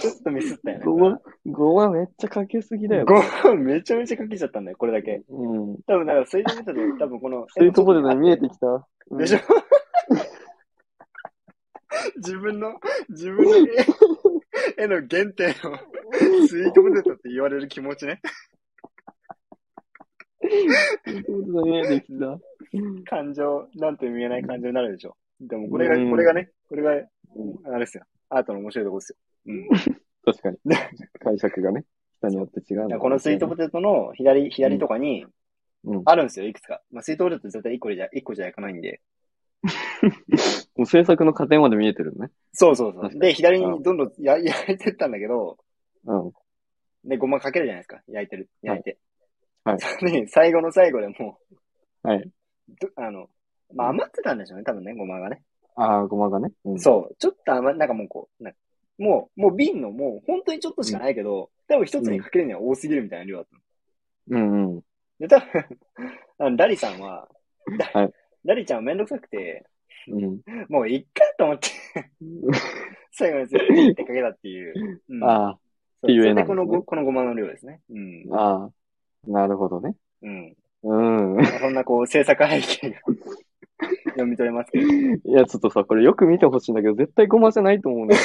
S1: ちょっとミスったよね。
S2: ごま、ごまめっちゃかけすぎだよ。
S1: ゴマめちゃめちゃかけちゃったんだよ、これだけ。
S2: うん。
S1: 多分、だからスイートポテト、多分この、
S2: スイートポテトに見えてきた。
S1: でしょ [LAUGHS] 自分の、自分の絵絵の原点を、 [LAUGHS] スイートポテトって言われる気持ちね。
S2: スイートポテトに見えてきた。
S1: 感情、なんても言えない感情になるでしょ。でもこれが、
S2: うん
S1: これがね、これが、あれですよ。アートの面白いとこですよ。うん。
S2: 確かに。解釈がね、人によって違うんだ、
S1: このスイートポテトの左、左とかに
S2: うん、も
S1: あるんですよ、いくつか。まあ、スイートポテトって絶対1個じゃ、一個じゃいかないんで。
S2: う制作の過程まで見えてるのね。
S1: そうそうそう。で、左
S2: う
S1: にどんどんや焼いてったんだけど、
S2: うん。
S1: で、ごまかけるじゃないですか。焼いてる。焼いて。
S2: はい
S1: そ [LAUGHS] れに最後の最後でもう、
S2: はい
S1: ど。あの、まあ、余ってたんでしょうね、多分ね、ごまがね。
S2: ああ、ごまがね。うん、
S1: そう。ちょっと余、なんかもうこう、なんかもう、もう瓶のもう本当にちょっとしかないけど、多分一つにかけるには多すぎるみたいな量だったの。
S2: うんうん。
S1: で、多分 [LAUGHS] あの、ダリさんは、だ
S2: [LAUGHS] はい
S1: ダリちゃんはめんどくさくて、
S2: うん。
S1: もういっかと思って、最後に全部ってかけたっていう。うん、
S2: ああ、
S1: そう
S2: っていう絵
S1: それで
S2: なん
S1: こ
S2: ですね
S1: のご、このごまの量ですね。うん。
S2: ああ、なるほどね。
S1: うん。
S2: うん。
S1: そんなこう、制作背景が [LAUGHS] 読み取れますけど。
S2: いや、ちょっとさ、これよく見てほしいんだけど、絶対ごまじゃないと思うんだよ。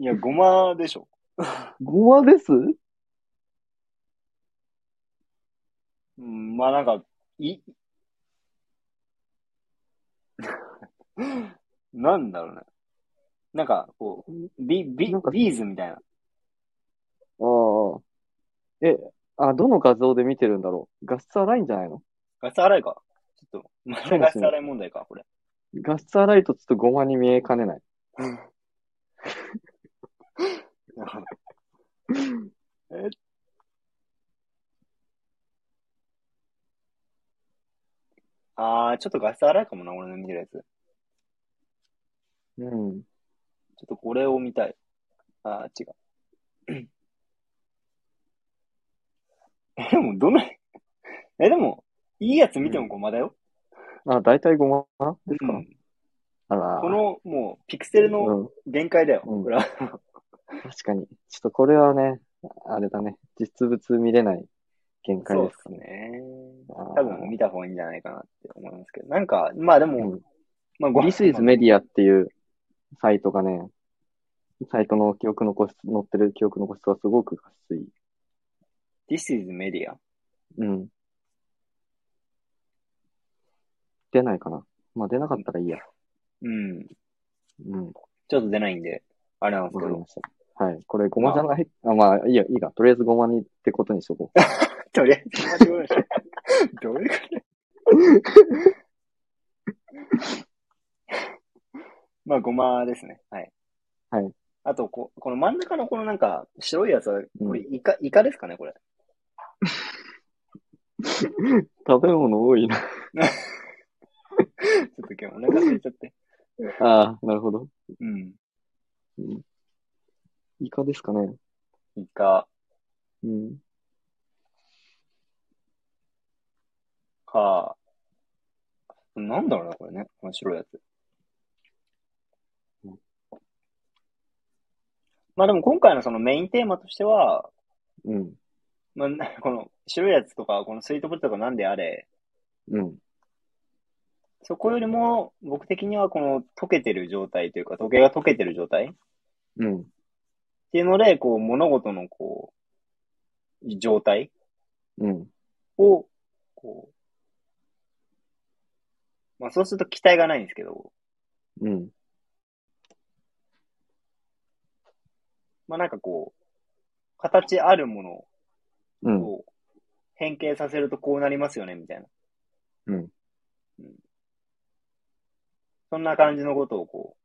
S1: いや、ごまでしょ。
S2: ごまです
S1: うん、まあなんか、い、 [LAUGHS] なんだろうね。なんか、こう、ビ、ビ
S2: なんか、
S1: ビーズみたいな。
S2: ああ。え、あ、どの画像で見てるんだろう画質荒いんじゃないの
S1: ガス洗いか。ちょっと、ま
S2: そ
S1: た
S2: うで
S1: ガ
S2: す
S1: ス
S2: ね
S1: 洗い問題か、
S2: [LAUGHS]
S1: これ。
S2: 画質荒いとちょっとごまに見えかねない。
S1: えあー、ちょっとガス洗いかもな、俺の見てるやつ。ちょ
S2: うん。
S1: っとこれを見たい。あー、違う。 [CLEARS THROAT] え、でも、どの、 [LAUGHS] え、でも、いいやつ見てもごまだよ。
S2: あ、大体ごまですか、
S1: うん
S2: あら。
S1: この、もう、ピクセルの
S2: うん、
S1: 限界だよ。
S2: うん
S1: これは。
S2: 確かに。ちょっとこれはね、あれだね。実物見れない限界
S1: そう
S2: で
S1: ですす
S2: かね。
S1: ね。
S2: あー
S1: 多分見た方がいいんじゃないかなって思いますけど。なんか、まあでも、
S2: うん
S1: まあご
S2: リスイズメディアっていうサイトがね、サイトの記憶の個室、載ってる記憶の個室はすごく加水。
S1: This is media.
S2: うん。出ないかな。まあ出なかったらいいや。
S1: うん。
S2: うん。
S1: ちょっと出ないんで、あれなんです
S2: わ
S1: け
S2: かりま
S1: ど。
S2: した。はい。これ、ゴマじゃない、あ、まあ、いいや、いいか。とりあえずゴマにってことにしとこと
S1: りあえず待ってくだ
S2: [LAUGHS]
S1: さい、どういうこと [LAUGHS] まあ、ごまですね。はい。
S2: はい。
S1: あとこ、この真ん中のこのなんか、白いやつは、これ、イカ、イカですかね、これ。
S2: う。 [LAUGHS] 食べ物多いな。
S1: ちょっと今日お腹空いちゃ
S2: [LAUGHS]
S1: って。
S2: ああ、なるほど。
S1: うん。
S2: イカですかね。
S1: イカ、
S2: うん。
S1: か、なんだろうな、これね。この白いやつ
S2: うん。
S1: まあでも今回のそのメインテーマとしては、
S2: うん。
S1: まあ、な [LAUGHS] この白いやつとか、このスイートポテトがなんであれ、
S2: うん。
S1: そこよりも僕的にはこの溶けてる状態というか、時計が溶けてる状態っ
S2: うん。
S1: ていうので、こう物事のこう、状態
S2: うん。
S1: を、こう、まあそうすると期待がないんですけど、
S2: うん。
S1: まあなんかこう、形あるも
S2: う
S1: の
S2: ん。
S1: を変形させるとこうなりますよね、みたいな。
S2: うん。
S1: うん。そんな感じのことをこう、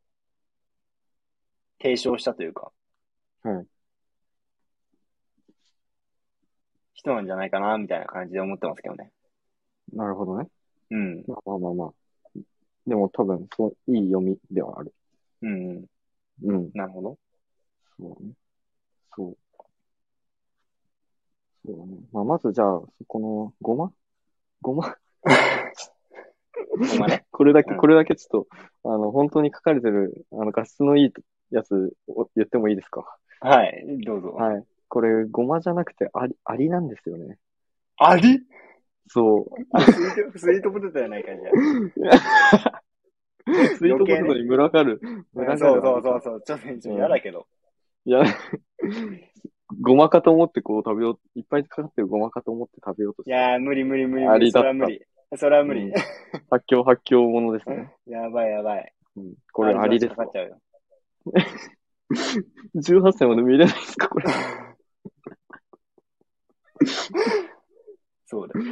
S1: 提唱したというか、
S2: はい。
S1: 人なんじゃないかな、みたいな感じで思ってますけどね。
S2: なるほどね。
S1: うん。
S2: まあまあまあまあ。でも多分、そう、いい読みではある。
S1: うん。
S2: うん。
S1: なるほ
S2: [LAUGHS]
S1: ど。
S2: そうね。そう。そうだね。まあ、まずじゃあ、そこの、ごまごま
S1: ごまね。
S2: これだけ、
S1: うん
S2: これだけちょっと、あの、本当に書かれてる、あの、画質のいいやつを言ってもいいですか
S1: はい。どうぞ。
S2: はい。これ、ごまじゃなくて、あり、ありなんですよね。
S1: あり
S2: [LAUGHS] そう。
S1: スイート、スイートポテトじゃないかじゃ
S2: [LAUGHS]
S1: あ。
S2: スイートポテトに群がる。
S1: うん
S2: 群がる。
S1: そうそうそうそう。ちょっと、ちょっと嫌だけど。
S2: いや、ごまかと思ってこう食べよう、いっぱいかかってるごまかと思って食べようとし
S1: い
S2: て、
S1: やー、無理無理無理
S2: あ
S1: 無
S2: り
S1: 理。
S2: だ
S1: そ
S2: っ
S1: れ
S2: た
S1: は無理。それは無
S2: うん
S1: 理。
S2: 発狂発狂ものですね。
S1: [LAUGHS] やばいやばい。
S2: うん、これありです
S1: かか
S2: か
S1: っちゃうよ。
S2: ?18 歳まで見れないですかこれ。
S1: [LAUGHS] そうだよ。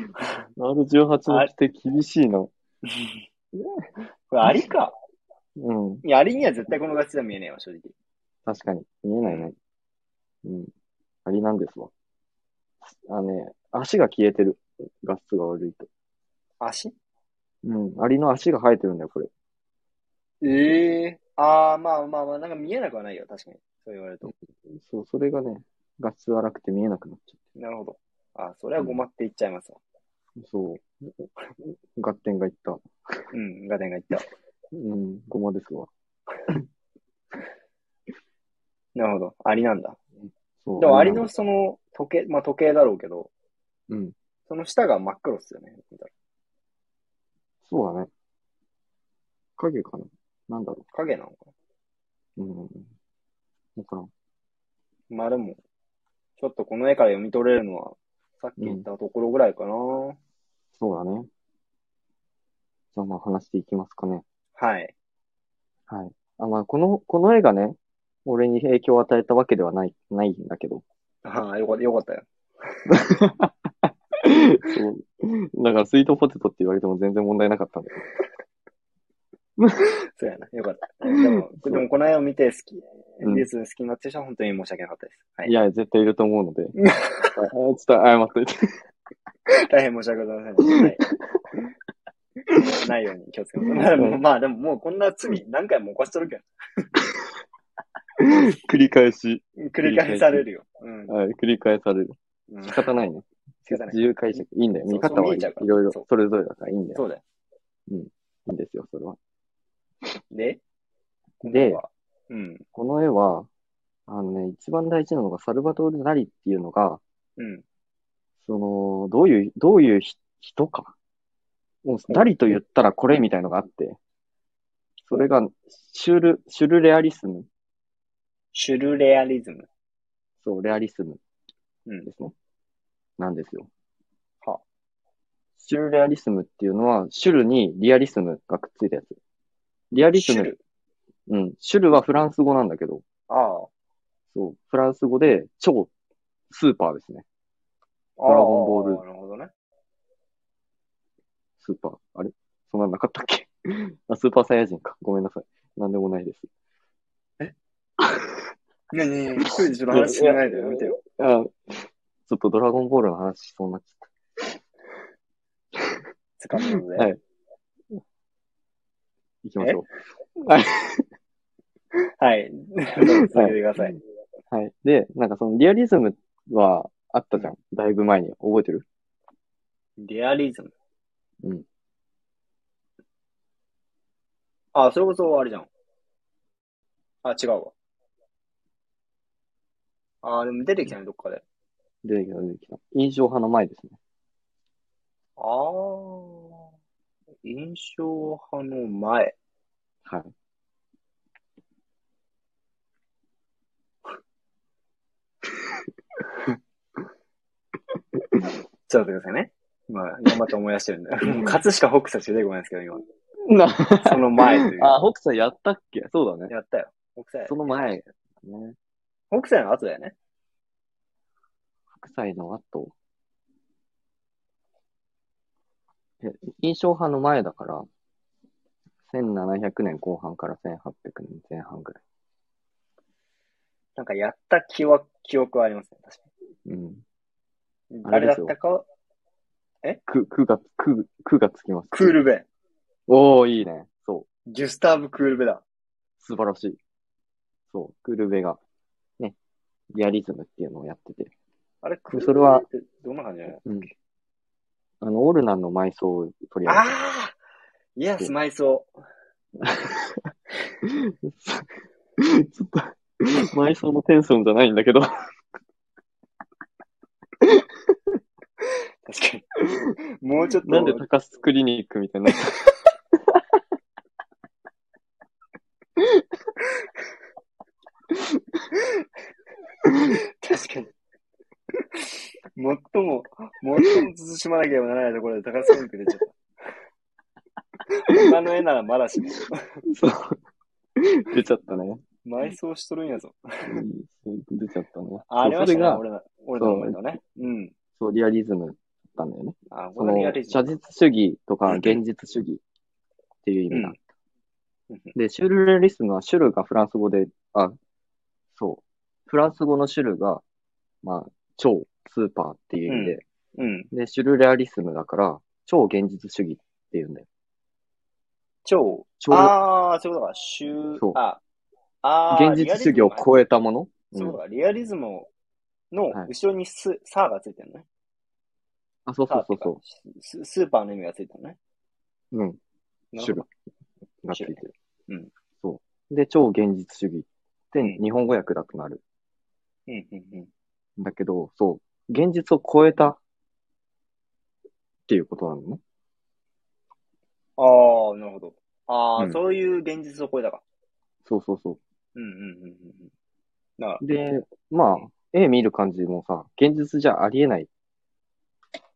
S2: R18 の規定厳しいな。
S1: これありか。
S2: うん。
S1: いや、ありには絶対このガチは見えねえわ、正直。
S2: 確かに。見えないね。うん。ありなんですわ。あのね、足が消えてる。画質が悪いと。
S1: 足
S2: うん。アリの足が生えてるんだよ、これ。
S1: ええああ、まあまあまあ、なんか見えなくはないよ、確かに。そう言われると。
S2: そう、それがね、画質荒くて見えなくなっちゃ
S1: なるほど。あそれはごまって言っちゃいますわ。
S2: う。そう。合点がいった。
S1: うん、ガテンが言った。
S2: うん、ごまですわ。
S1: なるほど。アリなんだ。
S2: そう。
S1: でもアリのその時計、まあ時計だろうけど、
S2: うん。
S1: その下が真っ黒っすよね。
S2: そうだね。影かななんだろ
S1: 影なのか
S2: う。うん。わからん。
S1: なまあでも、ちょっとこの絵から読み取れるのは、さっき言ったところぐらいかな。
S2: そうだね。じゃあまあ話していきますかね。
S1: はい。
S2: はい。あ、まあこの、この絵がね、俺に影響を与えたわけではない、ないんだけど。
S1: ああ、よかった、よかったよ。
S2: [LAUGHS] そう。だからスイートポテトって言われても全然問題なかったんだけ
S1: そうやな、よか
S2: [LAUGHS]
S1: った。でも、でもこの絵を見て好き、
S2: うん
S1: リュース好きになってる人は本当に申し訳なかったです。は
S2: ど。
S1: い
S2: い。や、絶対いると思う
S1: [LAUGHS]
S2: ので。ああちょっと謝っといて。 [LAUGHS]
S1: 大変申し訳ございません。はい、ないように気をつけます。まあでも、まあでももうこんな罪何回も犯しとるけ
S2: 繰り返し。
S1: ど、繰り返されるよ。うん。
S2: はい、繰り返される。
S1: うん
S2: 仕方ないね。
S1: 仕方ない
S2: 自由解釈。いいんだよ。
S1: そう
S2: 見方は
S1: そう見え
S2: い
S1: ちゃうから
S2: いろい
S1: そ
S2: ろ
S1: う、
S2: それぞれだからいいんだよ。
S1: そうだよ。
S2: いいんですよ、それは。
S1: で
S2: で、
S1: うん。
S2: この絵は、あのね、一番大事なのが、サルバトール・ダリっていうのが、
S1: うん。
S2: その、どういう、どういうひ人か。もう、ダリと言ったらこれみたいのがあって、それが、シュル、シュルレアリスム。
S1: シュルレアリズム。
S2: そう、レアリスム
S1: うん
S2: ですね。なんですよ。
S1: はあ
S2: シュルレアリスムっていうのは、シュルにリアリスムがくっついたやつ。リアリス
S1: シュ
S2: ム、
S1: ル。
S2: うん。シュルはフランス語なんだけど、
S1: ああ。
S2: そう、フランス語で超スーパーですね。
S1: ド
S2: ラゴンボール
S1: なるほどね。
S2: スーパー。あれそんなんなかったっけ [LAUGHS] あ、スーパーサイヤ人か。ごめんなさい。なんでもないです。
S1: ねえねえねえ、一人でちょっと話しないでやめてよ。
S2: あ、ちょっとドラゴンボールの話しそうになっちゃっ
S1: つかむので。
S2: はいた。行きましょう。はい。
S1: はい。どうぞ続けてください。
S2: はい。で、なんかそのリアリズムはあったじゃん。だいぶ前に。覚えてる
S1: リアリズム。
S2: うん。
S1: あ、それこそあれじゃん。あ、違うわ。あ、でも出てきたね、どっかで。
S2: 出てきた、出てきた。印象派の前ですね。
S1: あー。印象派の前。
S2: はい。
S1: ちょっと待ってくださいね。今、頑張って思い出してる
S2: [LAUGHS]
S1: んで。もう、葛飾北斎しか出てこないんですけど、今。
S2: な、
S1: その前という。
S2: [LAUGHS] あ、北斎やったっけそうだね。
S1: やったよ。北斎
S2: そ。の前、ね。
S1: 北斎の後だよね。
S2: 北斎の後。え、印象派の前だから、1700年後半から1800年前半ぐらい。
S1: なんかやった気は、記憶はありますね。確か
S2: うん。
S1: に。
S2: あ
S1: あ
S2: れ
S1: れだ
S2: です
S1: っ
S2: よ
S1: たかは
S2: く、くが、く、くがつきます。
S1: クールベ。
S2: おー、いいね。そう。
S1: ギュスターブ・クールベだ。
S2: 素晴らしい。そう。クールベが、ね、リアリズムっていうのをやってて。
S1: あれ、クールベ
S2: それは
S1: ってどんな感じなの
S2: うん。あの、オルナンの埋葬を取り上げ
S1: あ
S2: て
S1: あイエス、埋葬。
S2: ちょっと、埋葬のテンションじゃないんだけど。
S1: 確かに。もうちょっと、
S2: なんで高須クリニックみたいになった
S1: 確かに。最も、最も慎まなければならないところで高須文句出ちゃった。他の絵ならまだしも、
S2: [LAUGHS] そう。出ちゃったね。
S1: 埋葬しとるんやぞ。
S2: 出ちゃったね。
S1: あありました
S2: それ
S1: ね、
S2: が、
S1: 俺の、俺の思いのね。うん。
S2: そう、リアリズムだったんだよね。
S1: あ、
S2: そ
S1: こ
S2: の
S1: のリアリ、ズ
S2: 写
S1: ム。
S2: 実主義とか現実主義っていう意味だ。
S1: うんうん
S2: で、シュルレアリスムはシュルがフランス語で、あ、そう。フランス語のシュルが、まあ、超スーパーっていう意味で、
S1: うん。
S2: で、シュルレアリスムだから、超現実主義っていうんだよ。
S1: 超、
S2: 超
S1: ああ、そういうことか、週
S2: そう、
S1: あ、あー
S2: 現実主義を超えたもの、
S1: そううんいうことか、リアリズムの
S2: はい
S1: 後ろにス、サーがついてるのね。
S2: あ、そう
S1: サ
S2: そ
S1: ー
S2: う
S1: って
S2: そ
S1: い
S2: うそう
S1: かススーパーの意味がついてるのね。
S2: う。うん。
S1: な
S2: シュ
S1: る
S2: ル
S1: ほ
S2: がついてる。
S1: 種類うん。
S2: そう。で、超現実主義って
S1: うん
S2: 日本語訳だとなる。
S1: どうんうんうん。
S2: んだけど、そう。現実を超えたっていうことなのね。
S1: ああ、なるほど。ああ、
S2: うん
S1: そういう現実を超えたか。
S2: そうそうそ
S1: うんうんうんうんうん。だから
S2: う。で、まあ、絵見る感じもさ、現実じゃありえない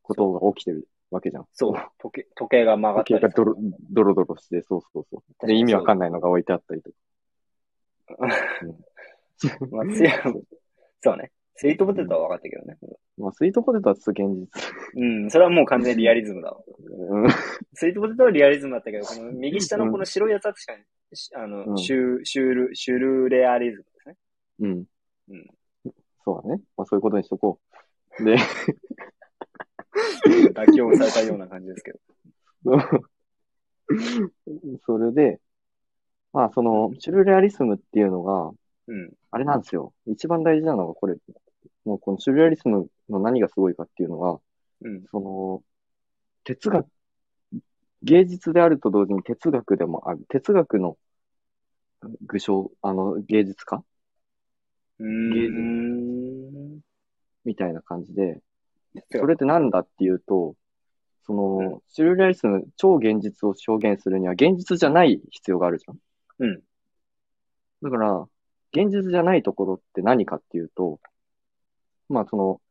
S2: ことが起きてるわけじゃん。
S1: そう。、時計時計が曲がっ
S2: 時
S1: た
S2: 計
S1: り
S2: がドロドロドロして、そうそうそう。
S1: 確か
S2: で、
S1: に
S2: 意味わかんないのが置いてあったりとか。
S1: まあ、つやそうね。スイートポテトは分かったけどね。
S2: まあ、スイートポテトはちょっと現実。
S1: うん、それはもう完全にリアリズムだわ。
S2: うん
S1: スイートポテトはリアリズムだったけど、この右下のこの白いやつは確かに、しあの、
S2: うん
S1: シュシュール、シュルレアリズムですね。
S2: うん。
S1: うん
S2: そうだね。まあ、そういうことにしとこう。で、
S1: 妥協されたような感じですけど。
S2: それで、まあ、その、シュルレアリスムっていうのが、
S1: うん。
S2: あれなんですよ。一番大事なのがこれ、もうこのシュルレアリスムの何がすごいかっていうのが、
S1: うん。
S2: その、哲学、芸術であると同時に哲学でもある。哲学の具象、あの、芸術家
S1: うーん。
S2: みたいな感じで、
S1: 哲学
S2: それってなんだっていうと、その、シュルレアリスム、超現実を表現するには、現実じゃない必要があるじゃん。
S1: うん。
S2: だから、現実じゃないところって何かっていうと、まあその、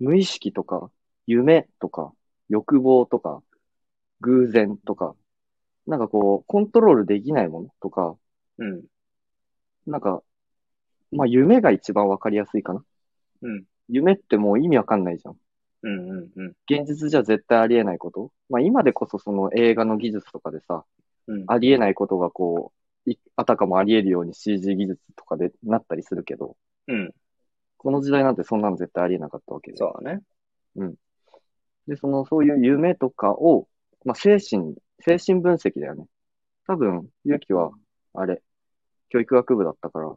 S2: 無意識とか、夢とか、欲望とか、偶然とか、なんかこう、コントロールできないものとか、
S1: うん。
S2: なんか、まあ夢が一番わかりやすいかな。
S1: うん。
S2: 夢ってもう意味わかんないじゃん。
S1: うん。うん。うん。
S2: 現実じゃ絶対ありえないこと。まあ今でこそその映画の技術とかでさ、
S1: うん。
S2: ありえないことがこう、いあたかもありえるように CG 技術とかでなったりするけど、
S1: うん。
S2: この時代なんてそんなの絶対ありえなかったわけで。
S1: そうだね。
S2: で、その、そういう夢とかを、まあ、精神、精神分析だよね。多分、ゆうきは、あれ、教育学部だったから、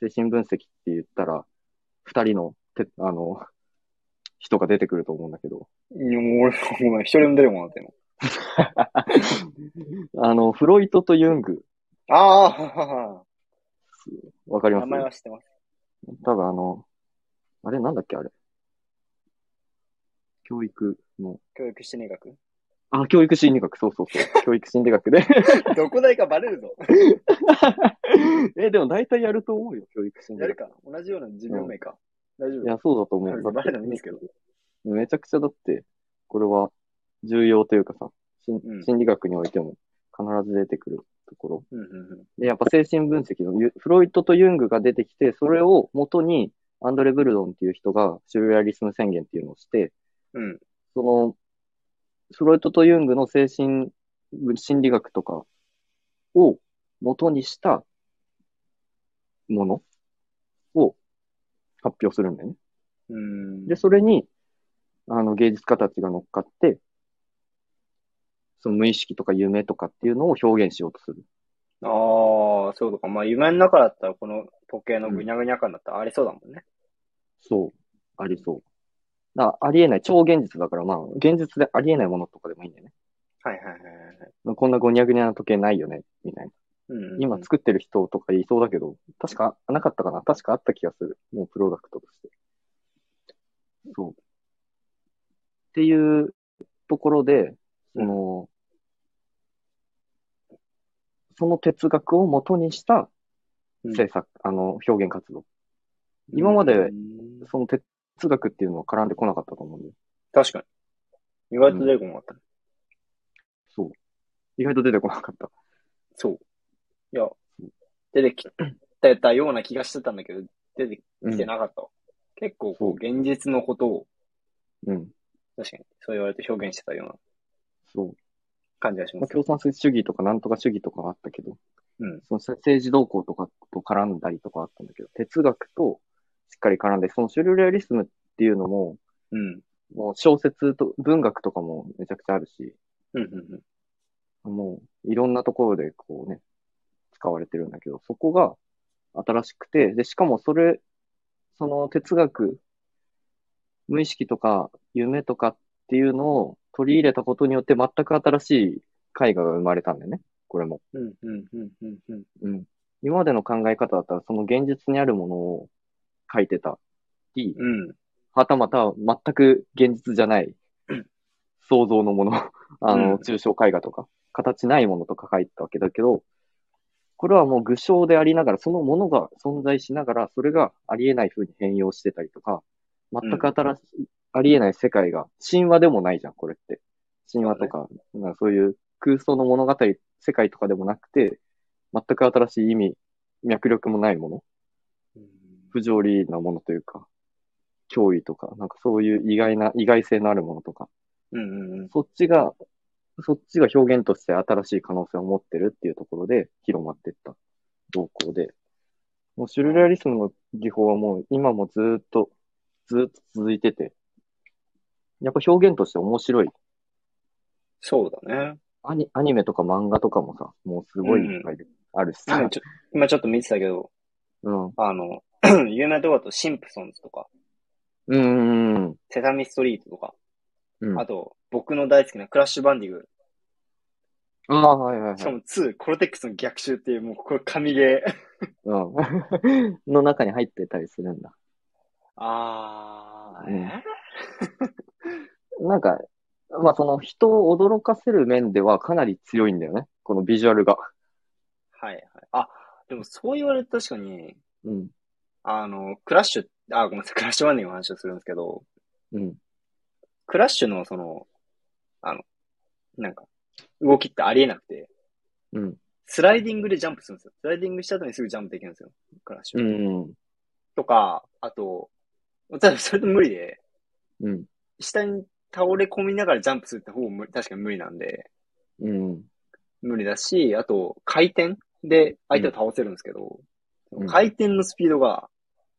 S2: 精神分析って言ったら、二人の、て、あの、人が出てくると思うんだけど、
S1: いやもう俺、ごめん、一人も出るもんだって今。
S2: あの、フロイトとユング、
S1: ああ、ははは
S2: わかり
S1: は名
S2: ます
S1: 前は知ってます。
S2: 多分あの、あれなんだっけあれ。教育の、
S1: 教育心理学。
S2: あ、教育心理学、そうそう
S1: [LAUGHS]
S2: そう。教育心理学で。
S1: どこ代かバレるぞ。
S2: [LAUGHS] え、でも大体やると思うよ、教育心理
S1: やる
S2: 学。
S1: か。同じような寿命名か。大丈
S2: いや、そうだと思う。
S1: 夫。バレるのいいんですけど。
S2: めちゃくちゃだって、これは重要というかさ、し
S1: うん
S2: 心理学においても必ず出てくるところ。
S1: うんうん
S2: で、やっぱ精神分析のユフロイトとユングが出てきて、それを元にアンドレ・ブルドンっていう人がシュルレアリスム宣言っていうのをして、
S1: うん。うん。
S2: その、フロイトとユングの精神心理学とかを元にしたものを発表するんだよね。
S1: うん。
S2: で、それに、あの、芸術家たちが乗っかって、その無意識とか夢とかっていうのを表現しようとする。
S1: ああ、そういうことか。まあ、夢の中だったら、この時計のぐにゃぐにゃ感だったらありそうだもんね。
S2: そう。ありそう。だありえない。超現実だから、まあ、現実でありえないものとかでもいいんだよね。
S1: はいはいはいはいはい。
S2: こんなごにゃぐにゃな時計ないよね、みたいな。
S1: うんうんうん
S2: 今作ってる人とかいそうだけど、確かなかったかな確かあった気がする。もうプロダクトとして。そう。っていうところで、その、その哲学を元にした
S1: うん
S2: 制作、あの、表現活動。今まで
S1: うん
S2: その哲学っていうのは絡んでこなかったと思うんで。
S1: 確かに。意外と出てこなかった。
S2: そう。意外と出てこなかった。
S1: そう。いや、出てきてたような気がしてたんだけど、出て
S2: う
S1: きて
S2: ん。
S1: なかったわ。結構こう、現実のことを、
S2: うん。
S1: 確かに、そう言われて表現してたような
S2: そう。
S1: 感じがし
S2: ま
S1: ま
S2: あ、
S1: す。
S2: 共産主義とかなんとか主義とかはあったけど、
S1: うん
S2: その政治動向とかと絡んだりとかあったんだけど、哲学としっかり絡んで、そのシュルレアリスムっていうのも、
S1: うん。
S2: もう小説と文学とかもめちゃくちゃあるし、
S1: うん、うん、うん。
S2: もういろんなところでこうね、使われてるんだけど、そこが新しくて、で、しかもそれ、その哲学、無意識とか夢とかっていうのを取り入れたことによって全く新しい絵画が生まれたんだよね、これも。
S1: うん、うん、うん、うん、うん。
S2: うん。今までの考え方だったら、その現実にあるものを書いてたり、
S1: うん。
S2: はたまた全く現実じゃない、想像のもの、あ
S1: うん
S2: の、抽象絵画とか、形ないものとか書いてたわけだけど、これはもう具象でありながら、そのものが存在しながら、それがありえない風に変容してたりとか、全く新しい、ありえない世界が、神話でもないじゃん、これって。神話とか、なんかそういう空想の物語、世界とかでもなくて、全く新しい意味、脈力もないもの。不条理なものというか、脅威とか、なんかそういう意外な、意外性のあるものとか、
S1: うん、うん、うん。
S2: そっちが、そっちが表現として新しい可能性を持ってるっていうところで広まっていった動向で、もうシュルレアリスムの技法はもう今もずーっと、ずーっと続いてて、やっぱ表現として面白い。
S1: そうだね。
S2: アニアニメとか漫画とかもさ、もうすごいいっぱいあるしさ、
S1: 今ちょ今ちょっと見てたけど、
S2: うん。うん
S1: あの、 [CLEARS THROAT] 有名なとこだとシンプソンズとか、
S2: うんうん
S1: セサミストリートとか、
S2: うん。
S1: あ
S2: あ
S1: と、僕の大好きなクラッシュバンディング、
S2: あー、はいはいはい
S1: しか。も2、コロテックスの逆襲っていう、もうこれ神ゲー。
S2: うん。 [LAUGHS] の中に入ってたりするんだ。
S1: あ
S2: ーえなんか、まあその人を驚かせる面ではかなり強いんだよね。このビジュアルが。
S1: はいはい。あ、でもそう言われると確かに、
S2: うん、
S1: あの、クラッシュ、あ、ごめんなさい、クラッシュマネーの話をするんですけど、
S2: うん。
S1: クラッシュのその、あの、なんか、動きってありえなくて、
S2: うん。
S1: スライディングでジャンプするんですよ。スライディングした後にすぐジャンプできるんですよ。クラッシュ。
S2: うん。
S1: とか、あと、ただそれと無理で、
S2: うん。
S1: 下に倒れ込みながらジャンプするってほぼ無理、確かに無理なんで、
S2: うん。
S1: 無理だし、あと、回転で相手を倒せるんですけど、
S2: うん
S1: 回転のスピードが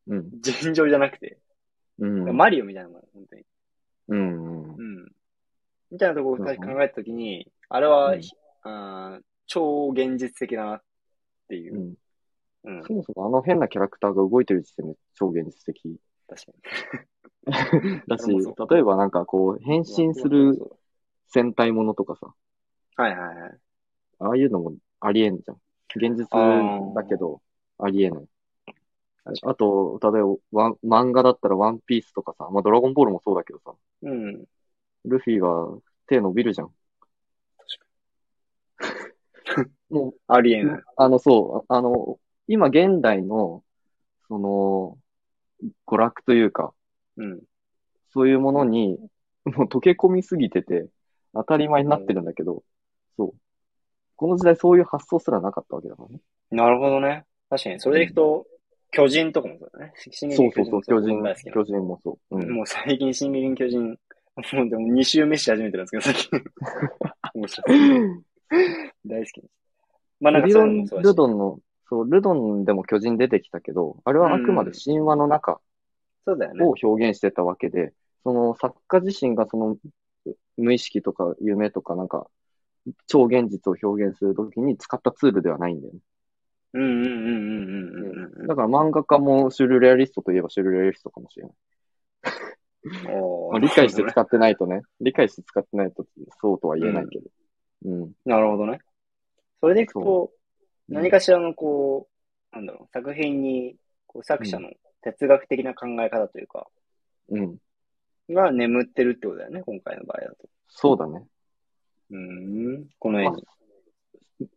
S2: うん。
S1: 尋常じゃなくて、
S2: うん。
S1: マリオみたいなもん、本当に。
S2: うん。
S1: うん。みたいなところを考えたときに、あれは、
S2: うん
S1: あー超現実的だなっていうう。
S2: ん。
S1: うん。
S2: そもそもあの変なキャラクターが動いてる時点で超現実的
S1: 確か
S2: だし、
S1: それもそう
S2: 例えばなんかこう、変
S1: に。
S2: 身する戦隊ものとかさ、
S1: はいはいはい。
S2: ああいうのもありえんじゃん。現実だけど、ありえない。あと、例えばワン、漫画だったらワンピースとかさ、まあドラゴンボールもそうだけどさ、
S1: うん。
S2: ルフィは手伸びるじゃん。も
S1: ありえ
S2: う、
S1: ない。
S2: あの、そう、あの、今現代の、その、娯楽というか、
S1: うん。
S2: そういうものに、もう溶け込みすぎてて、当たり前になってるんだけど、そう。この時代そういう発想すらなかったわけだからね。
S1: なるほどね。確かに、それでいくと、巨人とかもそうだね。進撃
S2: そ
S1: の
S2: うそうそう、
S1: 巨
S2: 巨
S1: 人
S2: 人
S1: も大好きな、
S2: 巨人もそう。うん。
S1: もう最近、進撃の巨人、もうでも2週目し始めてるんですけど、最
S2: [LAUGHS]
S1: 近。面白い。大好きです。まあなんか
S2: ル
S1: そ
S2: ド
S1: れも
S2: ン、
S1: そうだ
S2: ル
S1: し。
S2: ドンの、そう、ルドンでも巨人出てきたけど、あれはあくまで神話の中
S1: そうだよね。
S2: を表現してたわけで、その作家自身がその無意識とか夢とかなんか、超現実を表現するときに使ったツールではないんだよね。
S1: うんうんうんうんうんうんうん。
S2: だから漫画家もシュルレアリストといえばシュルレアリストかもしれない。
S1: お
S2: まあ
S1: ー
S2: 理解して使ってないとね、理解して使ってないとそうとは言えないけど。うん。
S1: なるほどね。それでいくと
S2: そ、
S1: 何かしらのこう、なんだろう、作品に、こう作者の哲学的な考え方というか、
S2: うん。
S1: が眠ってるってことだよね、今回の場合だと。
S2: そうだね。
S1: うーん、この絵
S2: まあ
S1: に。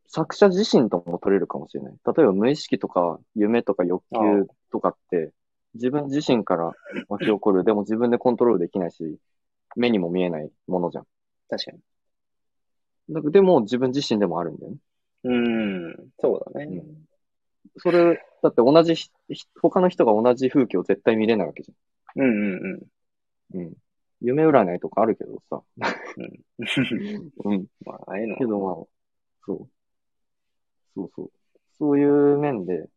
S2: 作者自身とも取れるかもしれない。例えば無意識とか夢とか欲求とかって、自分自身から湧き起こる、でも自分でコントロールできないし、目にも見えないものじゃん。
S1: 確かに。
S2: だでも自分自身でもあるんだよね。
S1: うーん、そうだね。
S2: うんそれ、だって同じひ、ひ他の人が同じ風景を絶対見れないわけじ
S1: うんうんうん。
S2: ゃん。うん。夢占いとかあるけどさ。 [LAUGHS] うん。
S1: まあ、ああいうの
S2: けどまあ、そう。そうそう。そういう面で、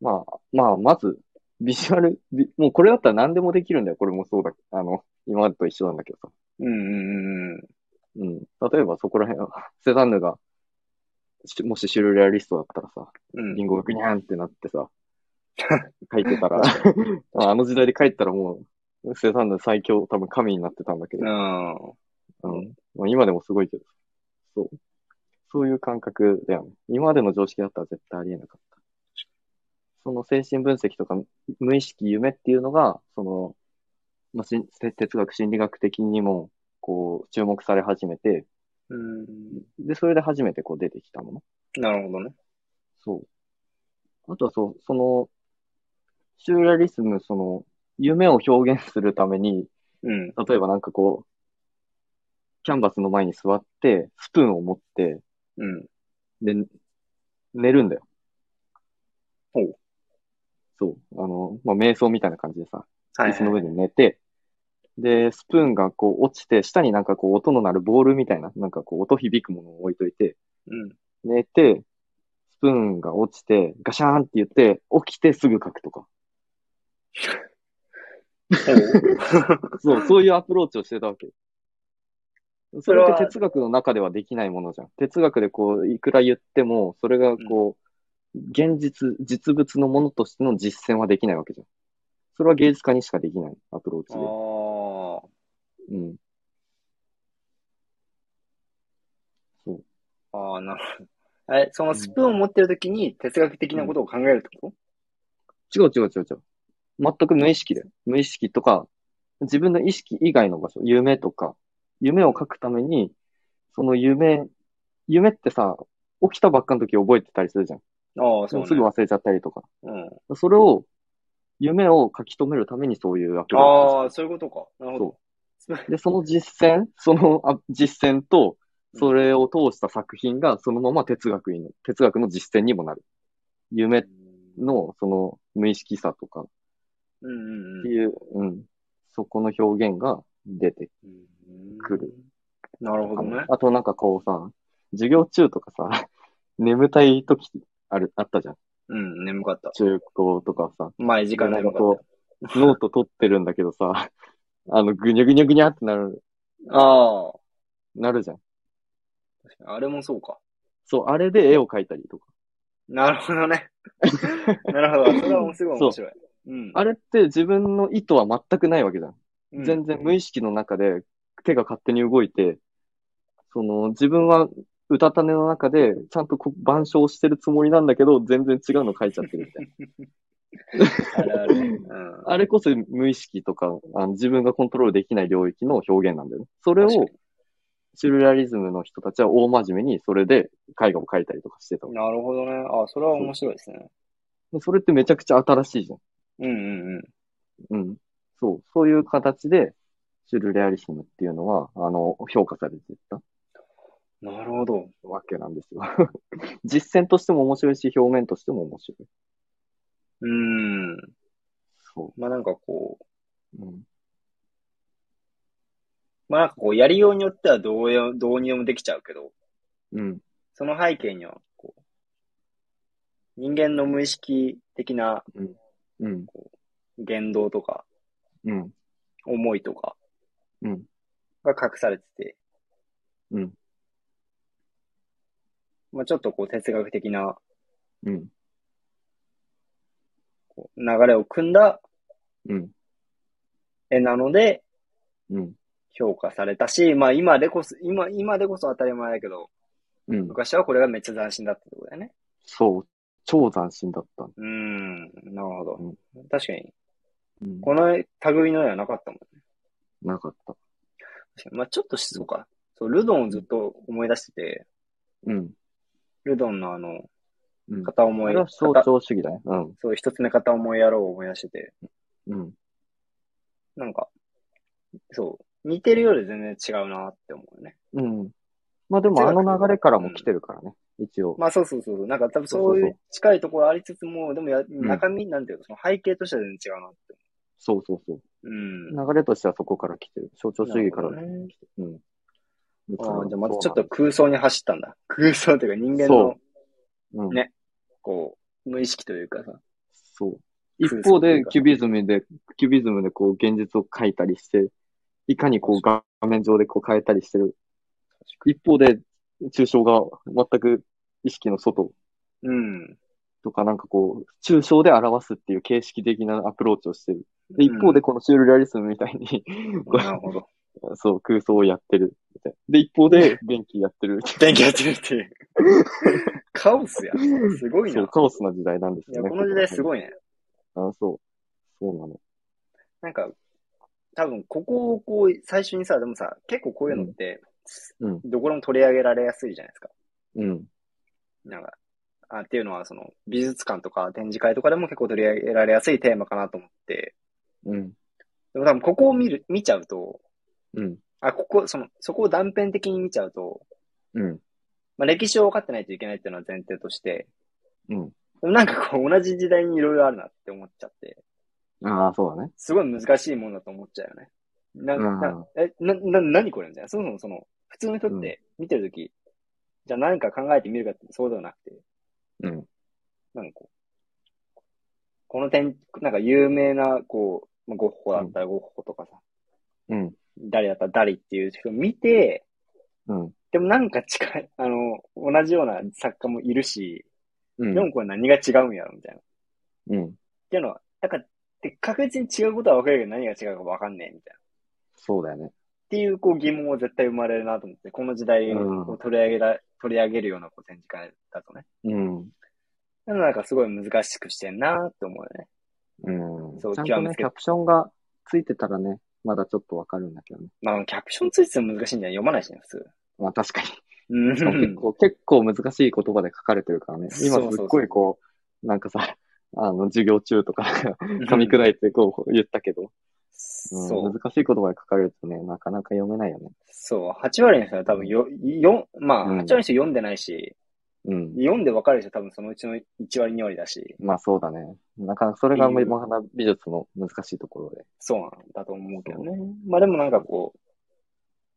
S2: まあ、まあ、まず、ビジュアル、ビもうこれだったら何でもできるんだよ。これもそうだ。あの、今までと一緒なんだけどさ。
S1: うんうんうんうん。
S2: うん。例えばそこら辺、セザンヌが、しもしシュルレアリストだったらさ、
S1: うん
S2: リンゴがグニャーンってなってさ、書いてたら、ああの時代で書いてたらもう、セザンヌ最強、多分神になってたんだけど、
S1: あ
S2: うん。まあ、今でもすごいけど。そう。そういう感覚だよね。今までの常識だったら絶対ありえなかった。その精神分析とか無意識夢っていうのが、その、まあ、しん哲学、心理学的にも、こう、注目され始めて、
S1: ーうん。
S2: で、それで初めてこう出てきたもの。
S1: なるほどね。
S2: そう。あとはそう、その、シューラリスム、その、夢を表現するために、
S1: うん。
S2: 例えばなんかこう、キャンバスの前に座って、スプーンを持って、
S1: うん。
S2: で、寝るんだよ。
S1: ほう。
S2: そう。あの、まあ、瞑想みたいな感じでさ、
S1: はい、
S2: 椅子の
S1: は
S2: 上
S1: い。
S2: で寝て、で、スプーンがこう落ちて、下になんかこう音の鳴るボールみたいな、なんかこう音響くものを置いといて、
S1: うん。
S2: 寝て、スプーンが落ちて、ガシャーンって言って、起きてすぐ書くとか。そう、そういうアプローチをしてたわけ。それって哲学の中ではできないものじゃん。哲学でこう、いくら言っても、それがこう、現実、実物のものとしての実践はできないわけじゃん。それは芸術家にしかできないアプロー
S1: あ
S2: チ
S1: あ。
S2: [LAUGHS] で。うん。そう。
S1: ああ、なるほど。え、そのスプーンを持ってるときに哲学的なことを考えるってこ
S2: 違う違う違う違う。全く無意識だよ。無意識とか、自分の意識以外の場所、夢とか、夢を書くために、その夢、夢ってさ、起きたばっかの時覚えてたりするじゃん。
S1: ああ、
S2: で
S1: そう
S2: も
S1: ね。
S2: すぐ忘れちゃったりとか。
S1: うん。
S2: それを、夢を書き留めるためにそういうアプリを
S1: ああ、そういうことか。なるほど。
S2: で、その実践、そのあ実践と、それを通した作品がそのまま哲学に、哲学の実践にもなる。夢のその無意識さとかっ
S1: うんうん
S2: ていう、うん、そこの表現が出て
S1: うん。
S2: 来る。
S1: なるほど
S2: あ
S1: ね
S2: の。あとなんかこうさ、授業中とかさ、 [LAUGHS] 眠たい時ある、あったじゃん。
S1: うん、眠かった。
S2: 中高とかさ、
S1: 前時間
S2: でなん
S1: 眠
S2: か
S1: かっ
S2: こう、ノート取ってるんだけどさ、 [LAUGHS] あの、ぐにゃぐにゃぐにゃってなる、
S1: た。あ
S2: なるじゃん。
S1: あ、あれもそうか。
S2: そう、あれで絵を描いたりとか。
S1: なるほど
S2: [LAUGHS]
S1: ね。なるほど。それはすごい面白い。うん。
S2: あれって自分の意図は全くないわけじゃん。
S1: うん
S2: 全然無意識の中で手が勝手に動いて、その自分は歌種の中でちゃんとこう板書をしてるつもりなんだけど、全然違うの書いちゃってるみたいな。
S1: ある
S2: [LAUGHS]
S1: ある。うん。
S2: あれこそ無意識とかあの自分がコントロールできない領域の表現なんだよね。それを
S1: 確か
S2: シュルレアリズムの人たちは大真面目にそれで絵画を描いたりとかしてたわ
S1: なるほどね。あそれは面白いですね。
S2: け。それってめちゃくちゃ新しいじゃん。
S1: うんうんうん。
S2: うん。そう。そういう形でシュルレアリズムっていうのは、あの、評価されていった。
S1: なるほど。
S2: わけなんですよ。 [LAUGHS] 実践としても面白いし、表面としても面白い。
S1: うん。
S2: そ
S1: まあなんかこう、
S2: う。うん、
S1: まあなんかこう、やりようによってはどうや、どうにでもできちゃうけど、
S2: うん、
S1: その背景には、こう、人間の無意識的な
S2: うん、
S1: 言動とか、
S2: うん、
S1: 思いとか
S2: うん、
S1: が隠されてて、
S2: うん、
S1: まあちょっとこう哲学的な
S2: うん、
S1: こう流れを組んだ
S2: うん、
S1: 絵なので
S2: うん、
S1: 評価されたし、まあ今でこそ、今、今でこそ当たり前だけど、
S2: うん。
S1: 昔はこれがめっちゃ斬新だったってことだよね。
S2: そう。超斬新だった。
S1: うーん、なるほど
S2: うん。
S1: 確かに、
S2: うん、
S1: この類の絵はなかったもん。
S2: なかった。
S1: 確かにまあちょっとしそうか。そう、ルドンをずっと思い出してて、
S2: うん、
S1: ルドンのあの、
S2: うん。
S1: 片
S2: こ
S1: 思い、
S2: れは象
S1: 片
S2: 徴主義だね。うん、
S1: そう、一つ目片思い野郎を思い出してて、
S2: うん、
S1: なんか、そう、似てるより全然違うなって思うね。
S2: うん。まあでもあの流れからも来てるからね。一応。
S1: まあそうそうそう、なんか多分そう
S2: そう
S1: い
S2: そう
S1: う近いところありつつも、でもや中身、なんていうの、その背景としては全然違うなって
S2: そうそうそう。
S1: 思う。うん。
S2: 流れとしてはそこから来てる。象徴主義から
S1: なるほどね
S2: 来てる。う
S1: あ
S2: ん。
S1: あ、じゃあまたちょっ
S2: そ
S1: と空想に走ったんだ。空想というか人間
S2: そ
S1: の
S2: う、うなんだ、うん
S1: ねこう、無意識というかさ。
S2: そう。一
S1: 空想
S2: 方
S1: とい
S2: で
S1: う、か
S2: キュビズムで、キュビズムでこう現実を描いたりして、いかにこう画面上でこう変えたりしてる。一方で、抽象が全く意識の外 [LAUGHS]
S1: うん。
S2: とかなんかこう、抽象で表すっていう形式的なアプローチをしてる。で、一方でこのシュールレアリスムみたいに、 [LAUGHS] こ
S1: なるほど。
S2: うそう、空想をやってるみたいな。で、一方で元気やってる。
S1: 電気やってるって
S2: [LAUGHS]
S1: いう。カオスや。すごい
S2: そ
S1: な。
S2: う、カオスな時代なんです
S1: いや、
S2: よね。
S1: この時代す
S2: い。
S1: ごいね。
S2: あそう。そうなの。
S1: なんか、多分ここをこう、最初にさ、でもさ、結構こういうのって、
S2: うん
S1: どこでも取り上げられやすいじゃないですか。
S2: うん。
S1: なんか、あっていうのは、その、美術館とか展示会とかでも結構取り上げられやすいテーマかなと思って、
S2: うん。
S1: でも多分ここを見る、見ちゃうと、
S2: うん。
S1: あ、ここ、その、そこを断片的に見ちゃうと、
S2: うん。
S1: まあ、歴史を分かってないといけないっていうのは前提として、
S2: うん。
S1: でもなんかこう、同じ時代にいろいろあるなって思っちゃって、
S2: ああ、そうだね。
S1: すごい難しいものだと思っちゃうよね。な、な、え、な、な、何これみたいな。そもそもその、普通の人って見てるとき、じゃあ何か考えてみるかってそうではなくて、
S2: うん。
S1: なんかこう、この点、なんか有名な、こう、まあゴッホだったらゴッホとかさ、
S2: うん。
S1: 誰だったらダリっていう人を見て、
S2: うん。
S1: でもなんか近い、あの、同じような作家もいるし、
S2: う
S1: で
S2: ん。
S1: もこれ何が違うんやろみたいな。っ
S2: うん。
S1: ていうのは、なんか、で確実に違うことは分かるけど何が違うか分かんねえみたいな。
S2: そうだよね。
S1: っていうこう疑問は絶対生まれるなと思って、この時代を取り上げら、取り上げるようなこう展示会だとね。
S2: うん。
S1: なのでなんかすごい難しくしてんなって思うよね。
S2: うん。
S1: そう
S2: ちゃんと
S1: 極め
S2: ね、
S1: つ
S2: キ
S1: け
S2: ャプションがついてたらね、まだちょっとわかるんだけどね。
S1: まあ、キャプションついてても難しいんじゃない読まないしね、普通。
S2: まあ確かに。
S1: うん
S2: しかも結構、結構難しい言葉で書かれてるからね。今
S1: そうそう
S2: す
S1: そう
S2: っごいこう、なんかさ、 [LAUGHS] あの、授業中とか、噛み砕いてこう言ったけど、うん
S1: そう。
S2: 難しい言葉で書かれるとね、なかなか読めないよね。
S1: そう。8割の人は多分よ、よ、まあ、8
S2: うん
S1: 割の人読んでないし、
S2: うん。
S1: 読んで分かる人は多分そのうちの1割、2割だし、
S2: まあそうだね。なかなかそれが
S1: っていう
S2: 今花美術の難しいところで。
S1: そうなんだと思うけどね。まあでもなんかこう、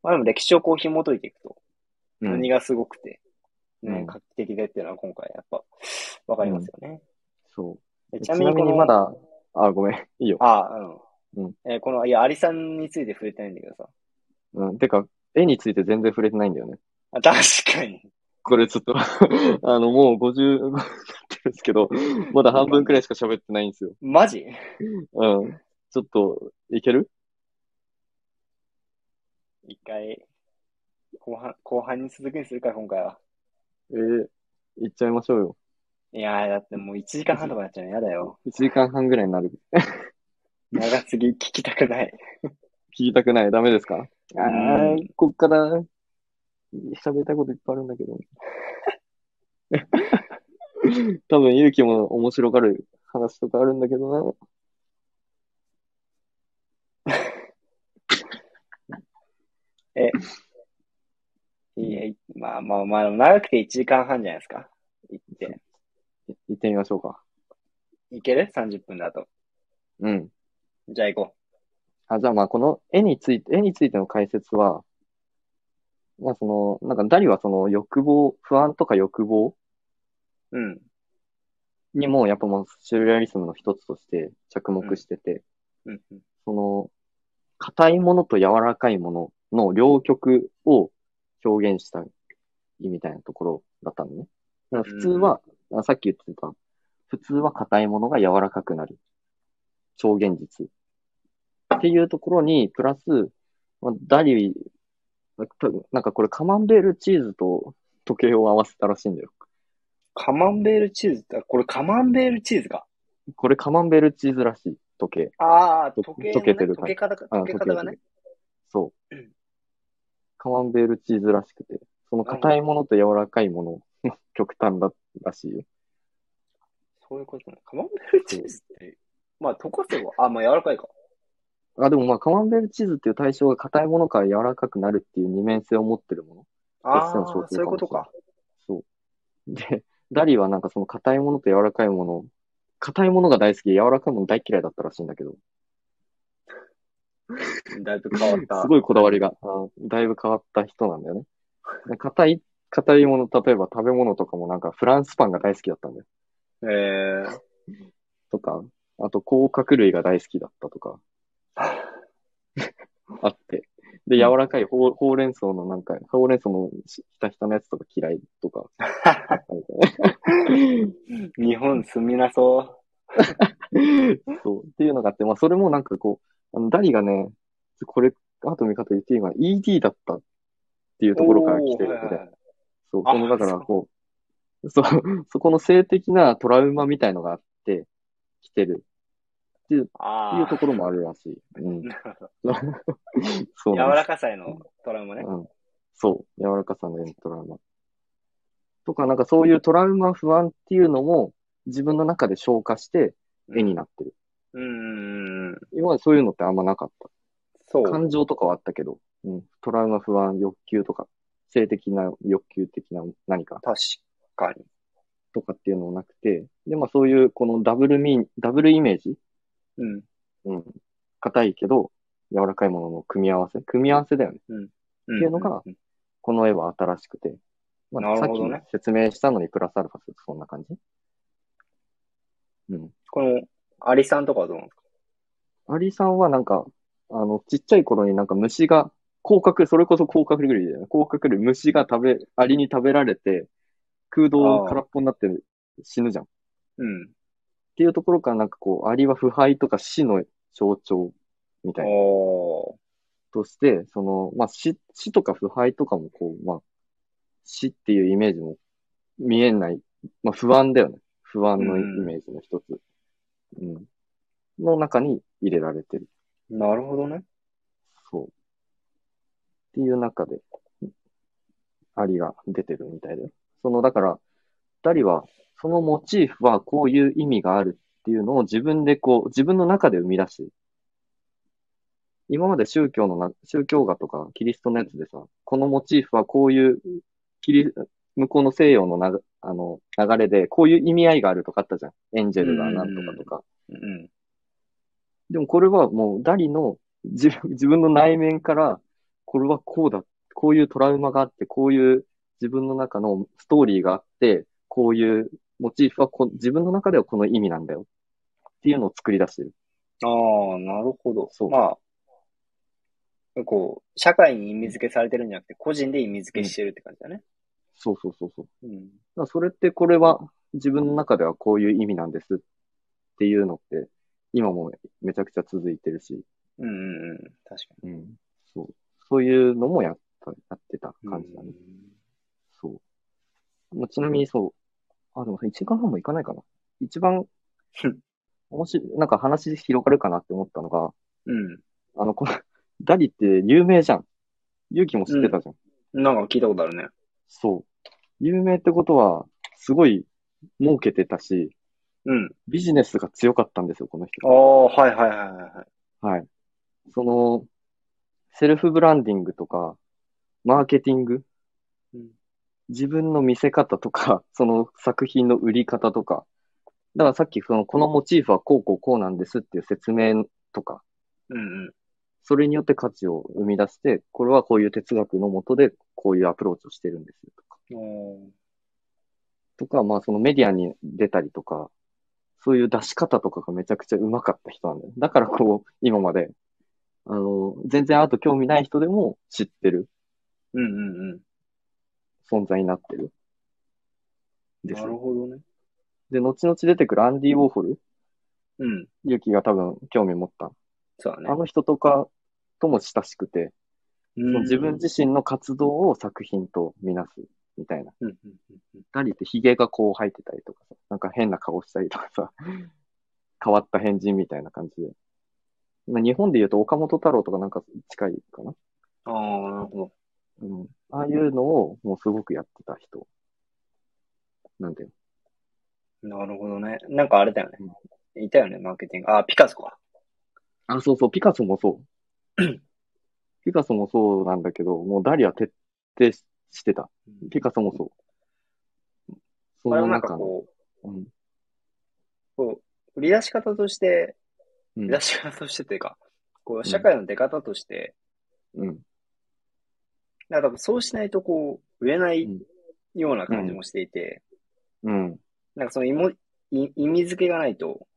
S1: まあでも歴史をこう紐解いていくと、
S2: うん
S1: 何がすごくて、ね
S2: うん
S1: 画期的でっていうのは今回やっぱ分かりますよね。
S2: そ
S1: で
S2: う。
S1: ち
S2: ち
S1: な
S2: な
S1: みに
S2: み
S1: こ
S2: に
S1: の、
S2: まだ、あ、ごめん、 [LAUGHS] いいよ。
S1: あう。
S2: うんん
S1: えーこの、いや、アリさんについて触れてないんだけどさ。
S2: うん。てか、絵について全然触れてないんだよね。 [LAUGHS]
S1: あ確かに。
S2: これちょっと、 [LAUGHS] あの、もう50、にな [LAUGHS] ってるんですけど、まだ半分くらいしか喋ってないんですよ。
S1: マジ
S2: うん。ちょっと、いける
S1: 一回、後半、後半に続くにするか、今回は。
S2: えー、いっちゃいましょうよ。
S1: いやー、だってもう1時間半とかやっちゃうのやだよ。
S2: 1時間半ぐらいになる。
S1: 長すぎ、聞きたくない。
S2: 聞きたくない。ダメですかあ
S1: う
S2: ー、こっから、喋りたいこといっぱいあるんだけど。 [LAUGHS] 多分、勇気も面白がる話とかあるんだけどな。
S1: いや、いまあまあまあ、でも長くて1時間半じゃないですか。行って。
S2: 行ってみましょうか。
S1: いける ?30 分だと。
S2: うん。
S1: じゃあ行こ
S2: あ、じゃあまあ、この絵について、絵についての解説は、まあその、なんかダリはその欲望、不安とか欲望
S1: う。うん。
S2: にもやっぱもうシュルレアリスムの一つとして着目してて、
S1: うん。うん
S2: その、硬いものと柔らかいものの両極を表現したいみたいなところだったのね。だから普通は、あさっき言ってた、普通は硬いものが柔らかくなる。超現実。っていうところに、プラス、まあダリ、たなんかこれカマンベールチーズと時計を合わせたらしいんだよ。
S1: カマンベールチーズって、あこれカマンベールチーズか。
S2: これカマンベールチーズらしい時計。
S1: ああ、
S2: と
S1: 時計、ね、
S2: 溶けてる
S1: 溶け方か、
S2: あ
S1: 溶け方がね。
S2: そう。カマンベールチーズらしくて、その硬いものと柔らかいものの [LAUGHS] 極端だらしいよ。
S1: そういうことね。カマンベールチーズって、まあ溶かせば、あ、まあ柔らかいか。
S2: あ、でもまあカマンベールチーズっていう対象が硬いものから柔らかくなるっていう二面性を持ってるもの。
S1: ああ、
S2: そうそ
S1: そう
S2: そう
S1: ういうことか。
S2: そう。で、ダリはなんかその硬いものと柔らかいもの、硬いものが大好きで柔らかいもの大嫌いだったらしいんだけど、
S1: だいぶ変わった。
S2: すごいこだわりが、うんだいぶ変わった人なんだよね。で硬い、硬いもの、例えば食べ物とかもなんかフランスパンが大好きだったんだよ
S1: えー、
S2: とか、あと甲殻類が大好きだったとか、 [LAUGHS] あって。で、柔らかいほうほうれん草のなんか、ほうれん草のひたひたのやつとか嫌いとか、あったみたいな
S1: 日本住みなそ [LAUGHS]
S2: そう。っていうのがあって、まあそれもなんかこう、あのダリがね、これ、後見方言っていいのかな ED だったっていう
S1: う。
S2: ところから来てる
S1: おー
S2: の
S1: はい
S2: で
S1: は、い
S2: そう、
S1: あ
S2: その、だから、こう、 [LAUGHS] そう、そこの性的なトラウマみたいのがあって、来てるって
S1: あ
S2: い
S1: あ
S2: うところもあるらしい。うん。
S1: なるほ
S2: [LAUGHS]
S1: ど
S2: そう
S1: 柔
S2: なんです
S1: らかさへのトラウマね。
S2: うん。そう。柔らかさのトラウマ。とか、なんかそういうトラウマ不安っていうのも自分の中で消化して絵になってる。
S1: うーん。
S2: 今までそういうのってあんまなかっ
S1: そ
S2: た。
S1: う。
S2: 感情とかはあったけど、うん。トラウマ不安、欲求とか、性的な欲求的な何か
S1: 確かに。
S2: とかっていうのもなくて、で、まあそういうこのダブルミー、ダブルイメージ
S1: うん。
S2: うん。硬いけど、柔らかいものの組み合わせ組み合わせだよね。
S1: って
S2: いうのがこの絵は新しくて。まあ、
S1: な
S2: さ
S1: るほ
S2: っき
S1: どね
S2: 説明したのにプラスアルファするとそんな感じうん。
S1: この、アリさんとかはどうなの
S2: アリさんはなんか、あの、ちっちゃい頃になんか虫が、甲殻、それこそ甲殻類だよね。甲殻類、虫が食べ、アリに食べられて、空洞空っぽになって死ぬじゃん。っ
S1: うん。
S2: ていうところからなんかこう、アリは腐敗とか死の象徴みたいな。
S1: おー。
S2: として、その、まあ、死、死とか腐敗とかもこう、まあ、死っていうイメージも見えない。まあ、不安だよね。不安のイメージの一つ。うん、の中に入れられてる。
S1: なるほどね。
S2: そう。っていう中で、ありが出てるみたいだよ。その、だから、二人は、そのモチーフはこういう意味があるっていうのを自分でこう、自分の中で生み出してる、今まで宗教のな、宗教画とかキリストのやつでさ、このモチーフはこういう、キリ、向こうの西洋のな、あの、流れで、こういう意味合いがあるとかあったじゃん。エンジェルがなんとかとか。
S1: うん。
S2: でもこれはもうダリの自分自分の内面から、これはこうだ、こういうトラウマがあって、こういう自分の中のストーリーがあって、こういうモチーフはこ自分の中ではこの意味なんだよ。っていうのを作り出してる。
S1: ああ、なるほど。
S2: そう
S1: まあ、こう、社会に意味付けされてるんじゃなくて、個人で意味付けしてるって感じだね。
S2: そうそうそうそ
S1: う
S2: う。
S1: ん。
S2: だからそれってこれは自分の中ではこういう意味なんですっていうのって、今もめちゃくちゃ続いてるし、
S1: うんうんうん。確か
S2: うん、そう、そういうのもやった、やってた
S1: に。
S2: 感じだね。そう。まあ、ちなみにそう、あ、でも1時間半もいかないかな。一番
S1: うん、
S2: もし、なんか話広がるかなって思ったのが、
S1: うん。
S2: あの、こ [LAUGHS] の、ダリって有名じゃん。勇気も知ってたじゃん。
S1: うん。なんか聞いたことあるね。
S2: そう。有名ってことは、すごい儲けてたし、
S1: うん。
S2: ビジネスが強かったんですよ、この人
S1: あ。あ、はいはいはいはいはい。
S2: はい。その、セルフブランディングとか、マーケティング
S1: うん、
S2: 自分の見せ方とか、 [LAUGHS] その作品の売り方とか、だからさっきその、このモチーフはこうこうこうなんですっていう説明とか、
S1: うんうん。
S2: それによって価値を生み出して、これはこういう哲学のもとでこういうアプローチをしてるんですとか、
S1: お
S2: とか、まあそのメディアに出たりとか、そういう出し方とかがめちゃくちゃうまかった人なんだよ。だからこう、今まで、あの、全然アート興味ない人でも知ってる
S1: うんうんうん。
S2: 存在になってる。です
S1: な
S2: よ
S1: るほどね。
S2: で、後々出てくるアンディ・ウォーホル、
S1: うん。
S2: ユキが多分興味持った。
S1: そうだね
S2: あ。の人とかとも親しくて、
S1: うん
S2: その自分自身の活動を作品とみなすみたいな。
S1: うんうんうんうん。
S2: ダリってヒゲがこう生えてたりとかさ、なんか変な顔したりとかさ、 [LAUGHS] 変わった変人みたいな感じで。まあ、日本で言うと岡本太郎とかなんか近いかな。
S1: ああ、なるほど。
S2: うん。ああいうのをもうすごくやってた人。なんだよ。
S1: なるほどね。なんかあれだよね。いたよね、マーケティング。ああ、ピカソか。
S2: あ、そうそう、ピカソもそう。 [CLEARS THROAT] ピカソもそうなんだけど、もうダリは徹底ししてた。ピカソもそう。そ
S1: あれ
S2: の
S1: もなんか
S2: 中の、
S1: こう、
S2: うん。
S1: こう、売り出し方として、
S2: う
S1: 売
S2: ん
S1: り出し方としてっていうか、こう、社会の出方として、
S2: うん。
S1: なんか多分そうしないとこう、売れないような感じもしていて、
S2: うん。
S1: なんかその意もい意味付けがないと、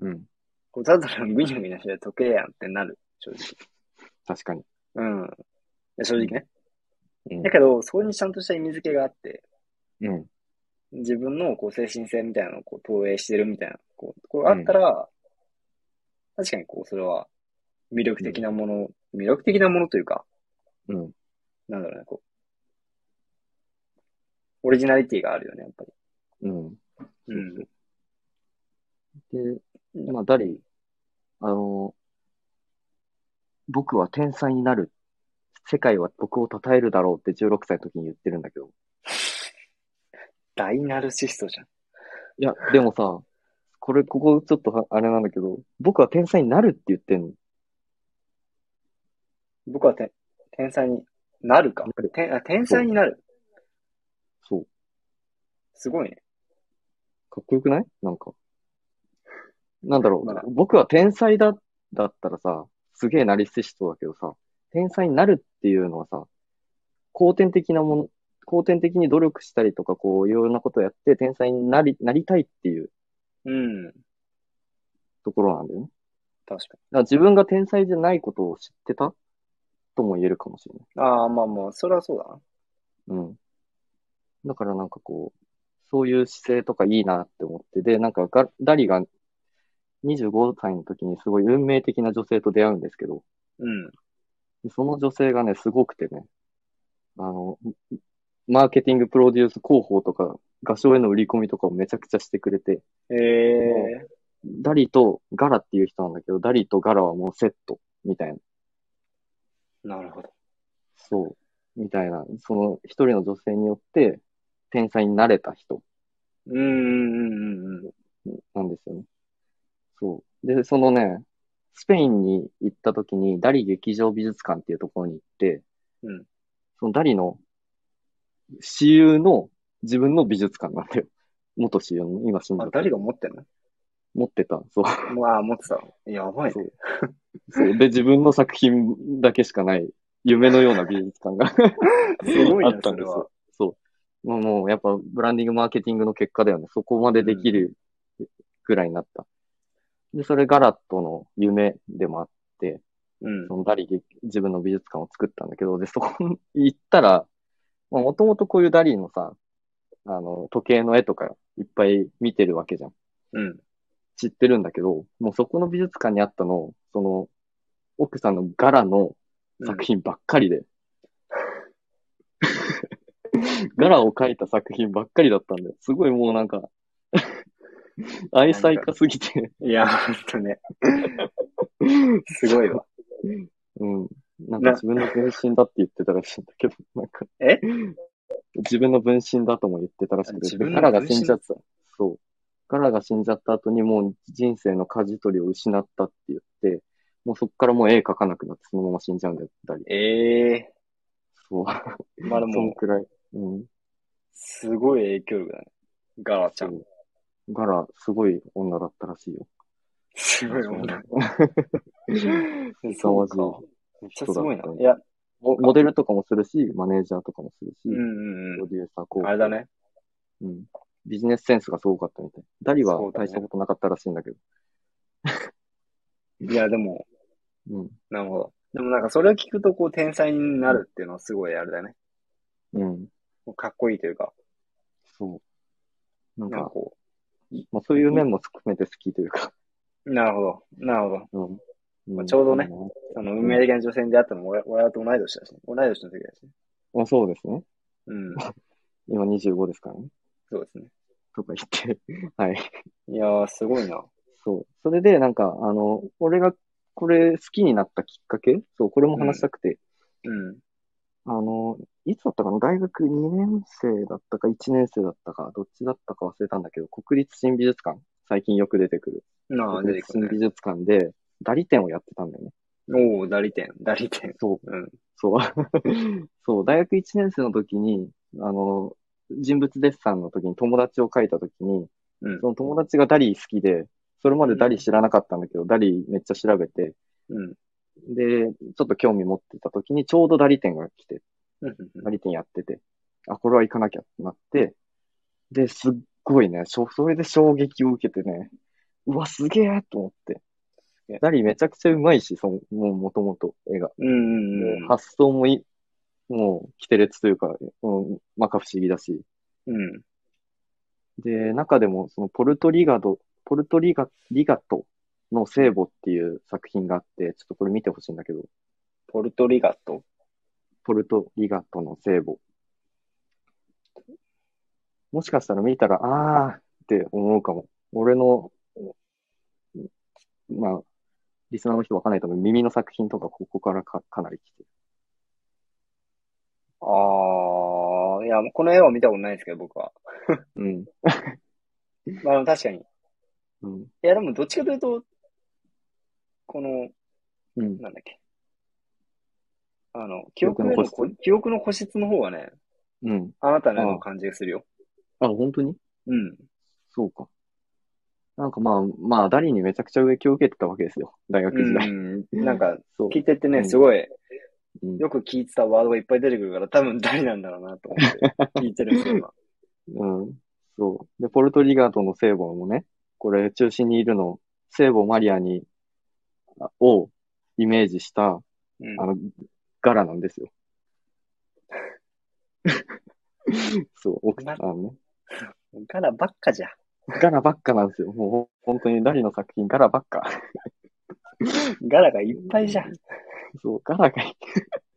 S2: うん。
S1: こう、ただのぐにゃぐにゃして時計やんってなる、正直。
S2: 確かに。
S1: うん。いや正直ね。
S2: うん
S1: だ。けど、そこにちゃんとした意味付けがあって、
S2: うん。
S1: 自分のこう精神性みたいなのをこう投影してるみたいな、こう、こうあったら、確かにこう、それは魅力的なもの、魅力的なものというか、
S2: うん。
S1: なんだろうね、こう、オリジナリティがあるよね、やっぱり。
S2: うん。
S1: うん。
S2: で、まあ、ダリ、あの、僕は天才になる。世界は僕を称えるだろうって16歳の時に言ってるんだけど。
S1: 大ナルシストじゃん。
S2: いや、でもさ、これ、ここちょっとはあれなんだけど、僕は天才になるって言ってんの。
S1: 僕はて天才になるか
S2: なる。
S1: 天あ天才になる。
S2: そう。
S1: すごいね。
S2: かっこよくないなんか。なんだろ
S1: まあ
S2: う。僕は天才だ、だったらさ、すげえナリスシストだけどさ、天才になるっていうのはさ、後天的なもの、後天的に努力したりとか、こう、いろんなことをやって、天才になり、なりたいっていう
S1: うん。
S2: ところなんだよね。
S1: 確か
S2: だから自分が天才じゃないことを知ってたとも言えるかもしれない。
S1: に。ああ、まあまあ、それはそうだな。
S2: うん。だからなんかこう、そういう姿勢とかいいなって思って、で、なんかガダリが25歳の時にすごい運命的な女性と出会うんですけど、
S1: うん。
S2: でその女性がね、すごくてね、あの、マーケティング、プロデュース、広報とか、画商への売り込みとかをめちゃくちゃしてくれて、
S1: ええ
S2: ダリとガラっていう人なんだけど、ダリとガラはもうセットみたいな。
S1: なるほど。
S2: そう。みたいな、その一人の女性によって天才になれた人
S1: うんうんうんうん。
S2: なんですよね。そう。で、そのね、スペインに行った時に、ダリ劇場美術館っていうところに行って、
S1: うん
S2: そのダリの私有の自分の美術館なんだよ。 [LAUGHS] 元私有の、今死んだ
S1: あ、誰が持ってんの
S2: 持ってた。そう。
S1: うわあ、持ってた。やばい
S2: そ
S1: ね
S2: う。そう。で、自分の作品だけしかない、夢のような美術館が
S1: すごい
S2: あ
S1: ね
S2: っ、たん
S1: そ
S2: で
S1: れ
S2: す
S1: は
S2: よ。。そう。もう、もうやっぱブランディングマーケティングの結果だよね。そこまでできるぐらいになった。で、それガラットの夢でもあって、
S1: うん
S2: そ。のダリ劇自分の美術館を作ったんだけど、で、そこに行ったら、もともとこういうダリのさ、あの、時計の絵とかいっぱい見てるわけじゃん。
S1: うん。
S2: 知ってるんだけど、もうそこの美術館にあったの、その、奥さんのガラの作品ばっかりで。 [LAUGHS] ガラを描いた作品ばっかりだったんだよ。すごいもうな
S1: [LAUGHS]
S2: んか、愛妻家すぎて、
S1: いや、ほんと [LAUGHS] ね。すごいわ。
S2: うん。なんか自分の分身だって言ってたらしいんだけど、なんか。
S1: え
S2: 自分の分身だとも言ってたらしくて、
S1: 自分の
S2: ガラが死んじゃった。そう。ガラが死んじゃった後にもう人生の舵取りを失ったって言って、もうそっからもう絵描かなくなってそのまま死んじゃうんだったり。
S1: ええ
S2: そう。
S1: まあで
S2: その
S1: も、
S2: くらい。うん。
S1: すごい影響力だね。ガラちゃ
S2: そ
S1: ん。
S2: うガラ、すごい女だったらしいよ。
S1: すごいもんだ。
S2: 凄まじい
S1: [LAUGHS] そうかめっちゃすごいな
S2: 人だっ。た
S1: いや、
S2: モモデルとかもするし、マネージャーとかもするし、
S1: うんうんう
S2: プロデューサー、こ
S1: ん。あれだね。
S2: うん。ビジネスセンスがすごかったみたい。ダリは
S1: そうだね
S2: 大したことなかったらしいんだけど。
S1: いや、でも、
S2: うん。
S1: なるほど。でもなんかそれを聞くと、こう、天才になるっていうのはすごいあれだね。
S2: うん。
S1: もうかっこいいというか、
S2: そう。なん
S1: なんか
S2: か、
S1: こ
S2: まあ、そういう面も含めて好きというか。
S1: う、なるほど。なるほど。
S2: うん。
S1: ま
S2: う
S1: あ
S2: ん
S1: ちょうどね。
S2: あ
S1: その運命的な女性に出会ったのも俺、俺と同い年だしね。同い年の時だしね。
S2: まあ、そうですね。 [LAUGHS]
S1: うん。
S2: 今25ですからね。
S1: そうですね。
S2: とか言って。はい。
S1: いやー、すごいな。
S2: そう。それで、なんか、あの、俺がこれ好きになったきっかけそう、これも話したくて。
S1: うん。
S2: あの、いつだったかな大学2年生だったか1年生だったか、どっちだったか忘れたんだけど、国立新美術館。最近よく出てくる。
S1: なあ、出て
S2: 国
S1: く
S2: 立新
S1: る
S2: 美
S1: ね。
S2: 術館で、ダリ展をやってたんだよね。
S1: おー、ダリ店、ダリ店。
S2: そう。
S1: うん。
S2: そう。 [LAUGHS] そう、大学1年生の時に、あの、人物デッサンの時に友達を描いた時に、
S1: うん
S2: そ。の友達がダリー好きで、それまでダリー知らなかったんだけど、ダリーめっちゃ調べて、
S1: うん。
S2: で、ちょっと興味持ってた時にちょうどダリ展が来て、
S1: うん
S2: ダリ展やってて、あ、これは行かなきゃってなって、で、すっごいね、しょそれで衝撃を受けてね、うわ、すげえと思って
S1: げえ。
S2: ダリーめちゃくちゃうまいし、そのもうもともと絵が。
S1: うん
S2: もう
S1: うん。
S2: 発想もい、もう、キテレツというか、うん、まか不思議だし。
S1: うん。
S2: で、中でも、そのポルトリガド、ポルトリガ、リガトの聖母っていう作品があって、ちょっとこれ見てほしいんだけど、
S1: ポルトリガト。
S2: ポルトリガトの聖母。もしかしたら見たら、あーって思うかも。俺の、まあ、リスナーの人わかんないと思う。耳の作品とかここからかかなり来てる。
S1: あー、いや、この絵は見たことないですけど、僕は。
S2: うん。
S1: まあ、でも確かに。い
S2: うん。
S1: や、でも、どっちかというと、この、
S2: うん。
S1: なんだっけ。あの、記
S2: 記憶
S1: 憶
S2: の
S1: へ
S2: 保
S1: の
S2: 湿
S1: こ、記憶の保湿の方はね、
S2: うん。
S1: あなたの絵の感じがするよ。
S2: あ、本当に
S1: うん。
S2: そうか。なんかまあ、まあ、ダリにめちゃくちゃ影響を受けてたわけですよ。大学時代。
S1: うん。なんか、
S2: そう。
S1: 聞いてって
S2: う
S1: ね、
S2: ん
S1: すごい、
S2: うん
S1: よく聞いてたワードがいっぱい出てくるから、多分誰なんだろうなと思って、聞いてるんですよ、今。
S2: うん。そう。で、ポルトリガートの聖母もね、これ中心にいるの、聖母マリアに、あをイメージした、
S1: うん
S2: あの、柄な
S1: [LAUGHS]
S2: んですよ。そう、奥さ
S1: ま
S2: んね。
S1: からばっかじゃ。
S2: 柄ばっかなんですよ。もうほん本当にダリの作品柄ばっか。
S1: ガラがいっぱいじゃん。
S2: そう、ガラがい、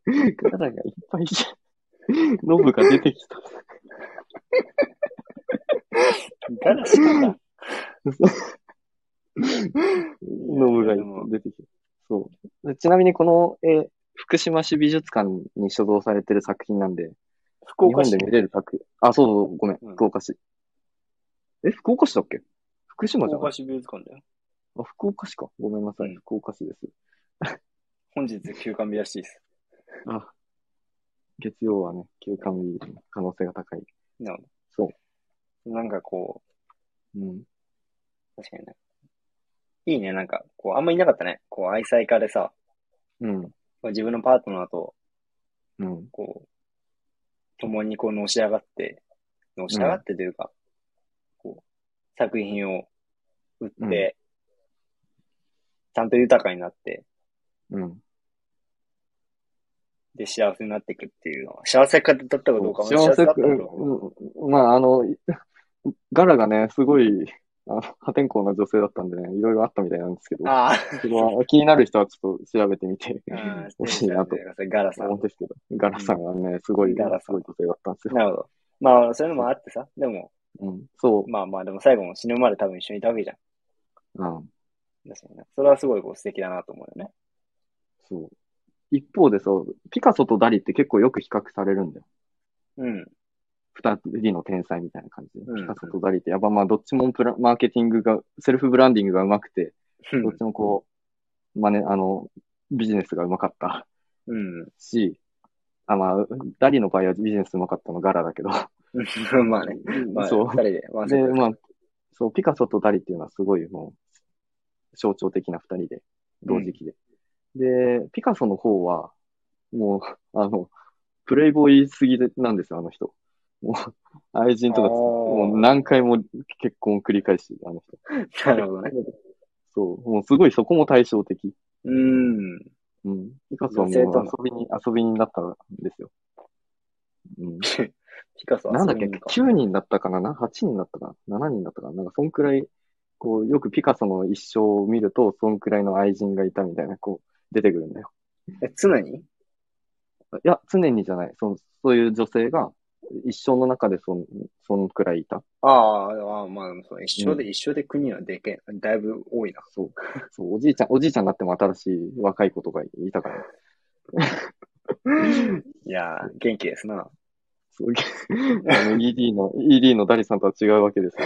S2: ガラがいっぱいじゃん。ノブが出てきた。
S1: ガラしかだ。
S2: ノブが出てきた。そう。でちなみにこの絵福島市美術館に所蔵されてる作品なんで、
S1: 福岡市
S2: 日本で見れる作品。あ、そうそう、ごめん、
S1: うん
S2: 福岡市。え、福岡市だっけ福島じ
S1: 福
S2: ゃない
S1: 岡市美術館だよ。
S2: あ福岡市か。ごめんなさい、
S1: うん
S2: 福岡市です。
S1: 本日休館日らしいです。
S2: あ、月曜はね、休館日の可能性が高い。
S1: なるほ
S2: そ
S1: ど。なんかこ
S2: う。うん。
S1: う、確かにね。いいね、なんか、こう、あんまいなかったね。こう、愛妻家でさ、
S2: うん。
S1: 自分のパートナーと、
S2: うん。
S1: こう、共にこう、のし上がって、のし上がってというか、こう、作品を売って、
S2: うん
S1: ちゃんと豊かになって、
S2: うん。
S1: で、幸せになっていくっていうのは、幸せかだったかどうかも
S2: 幸せ
S1: だった
S2: く、
S1: のかどうか
S2: うんまあ、あの、ガラがね、すごい、あの、破天荒な女性だったんでね、いろいろあったみたいなんですけど、
S1: ああ、
S2: それは [LAUGHS] 気になる人はちょっと調べてみて
S1: [LAUGHS]
S2: [LAUGHS]
S1: うん
S2: ほしいなと。
S1: ガラさん
S2: 思うん。ですけど、ガラさんはね、すごい、
S1: ガラさん
S2: すごい女性だったんですよ。
S1: [LAUGHS] なるほど。まあ、そういうのもあってさ、でも、
S2: うん。そ
S1: まあまあ、でも最後も死ぬまで多分一緒にいたわけじゃん。
S2: う。うん。
S1: ですよね。それはすごいこう素敵だなと思うよね。
S2: そう。一方でそう、ピカソとダリって結構よく比較されるんだよ。
S1: うん。
S2: 二人の天才みたいな感じで。
S1: うん
S2: ピカソとダリって、やっぱまあ、どっちもプラマーケティングが、セルフブランディングが上手くて、どっちもこう、まあね、あの、ビジネスが上手かった
S1: うん。
S2: し、あ、まあ、ダリの場合はビジネス上手かったのガラだけど、
S1: うん。 [LAUGHS] まあね。まあ、
S2: そう
S1: 二。人で。まあ、
S2: で、
S1: そう
S2: まあ、そう、ピカソとダリっていうのはすごいもう、象徴的な二人で、同時期で。で、ピカソの方は、もう、 [LAUGHS] あの、プレイボーイすぎでなんですよ、あの人。もう、愛人とか、
S1: あー
S2: もう何回も結婚を繰り返し、あの人。
S1: なるほどね。
S2: そう、もうすごいそこも対照的。
S1: うん。 [LAUGHS]
S2: うん。ピカソはもう
S1: 女性との
S2: 遊びに、遊びになったんですよ。うん。
S1: ピカソは
S2: なんだ
S1: そう
S2: っけ、
S1: いうのか
S2: 9人だったかな、な8人だったかな、7人だったかな、なんかそんくらい、こう、よくピカソの一生を見ると、そんくらいの愛人がいたみたいな、こう、出てくるんだよ。
S1: え、常に
S2: いや、常にじゃない、そのそういう女性が、一生の中でそん、そんくらいいた。
S1: ああ、ああまあ、そう一緒で、一緒で国はでけん。だいぶ多いな。
S2: そう。そう、おじいちゃん、おじいちゃんになっても新しい若い子とかいたから。
S1: いやー、元気ですな。
S2: そう、あ
S1: [LAUGHS]
S2: の、ED の、ED のダリさんとは違うわけですよ。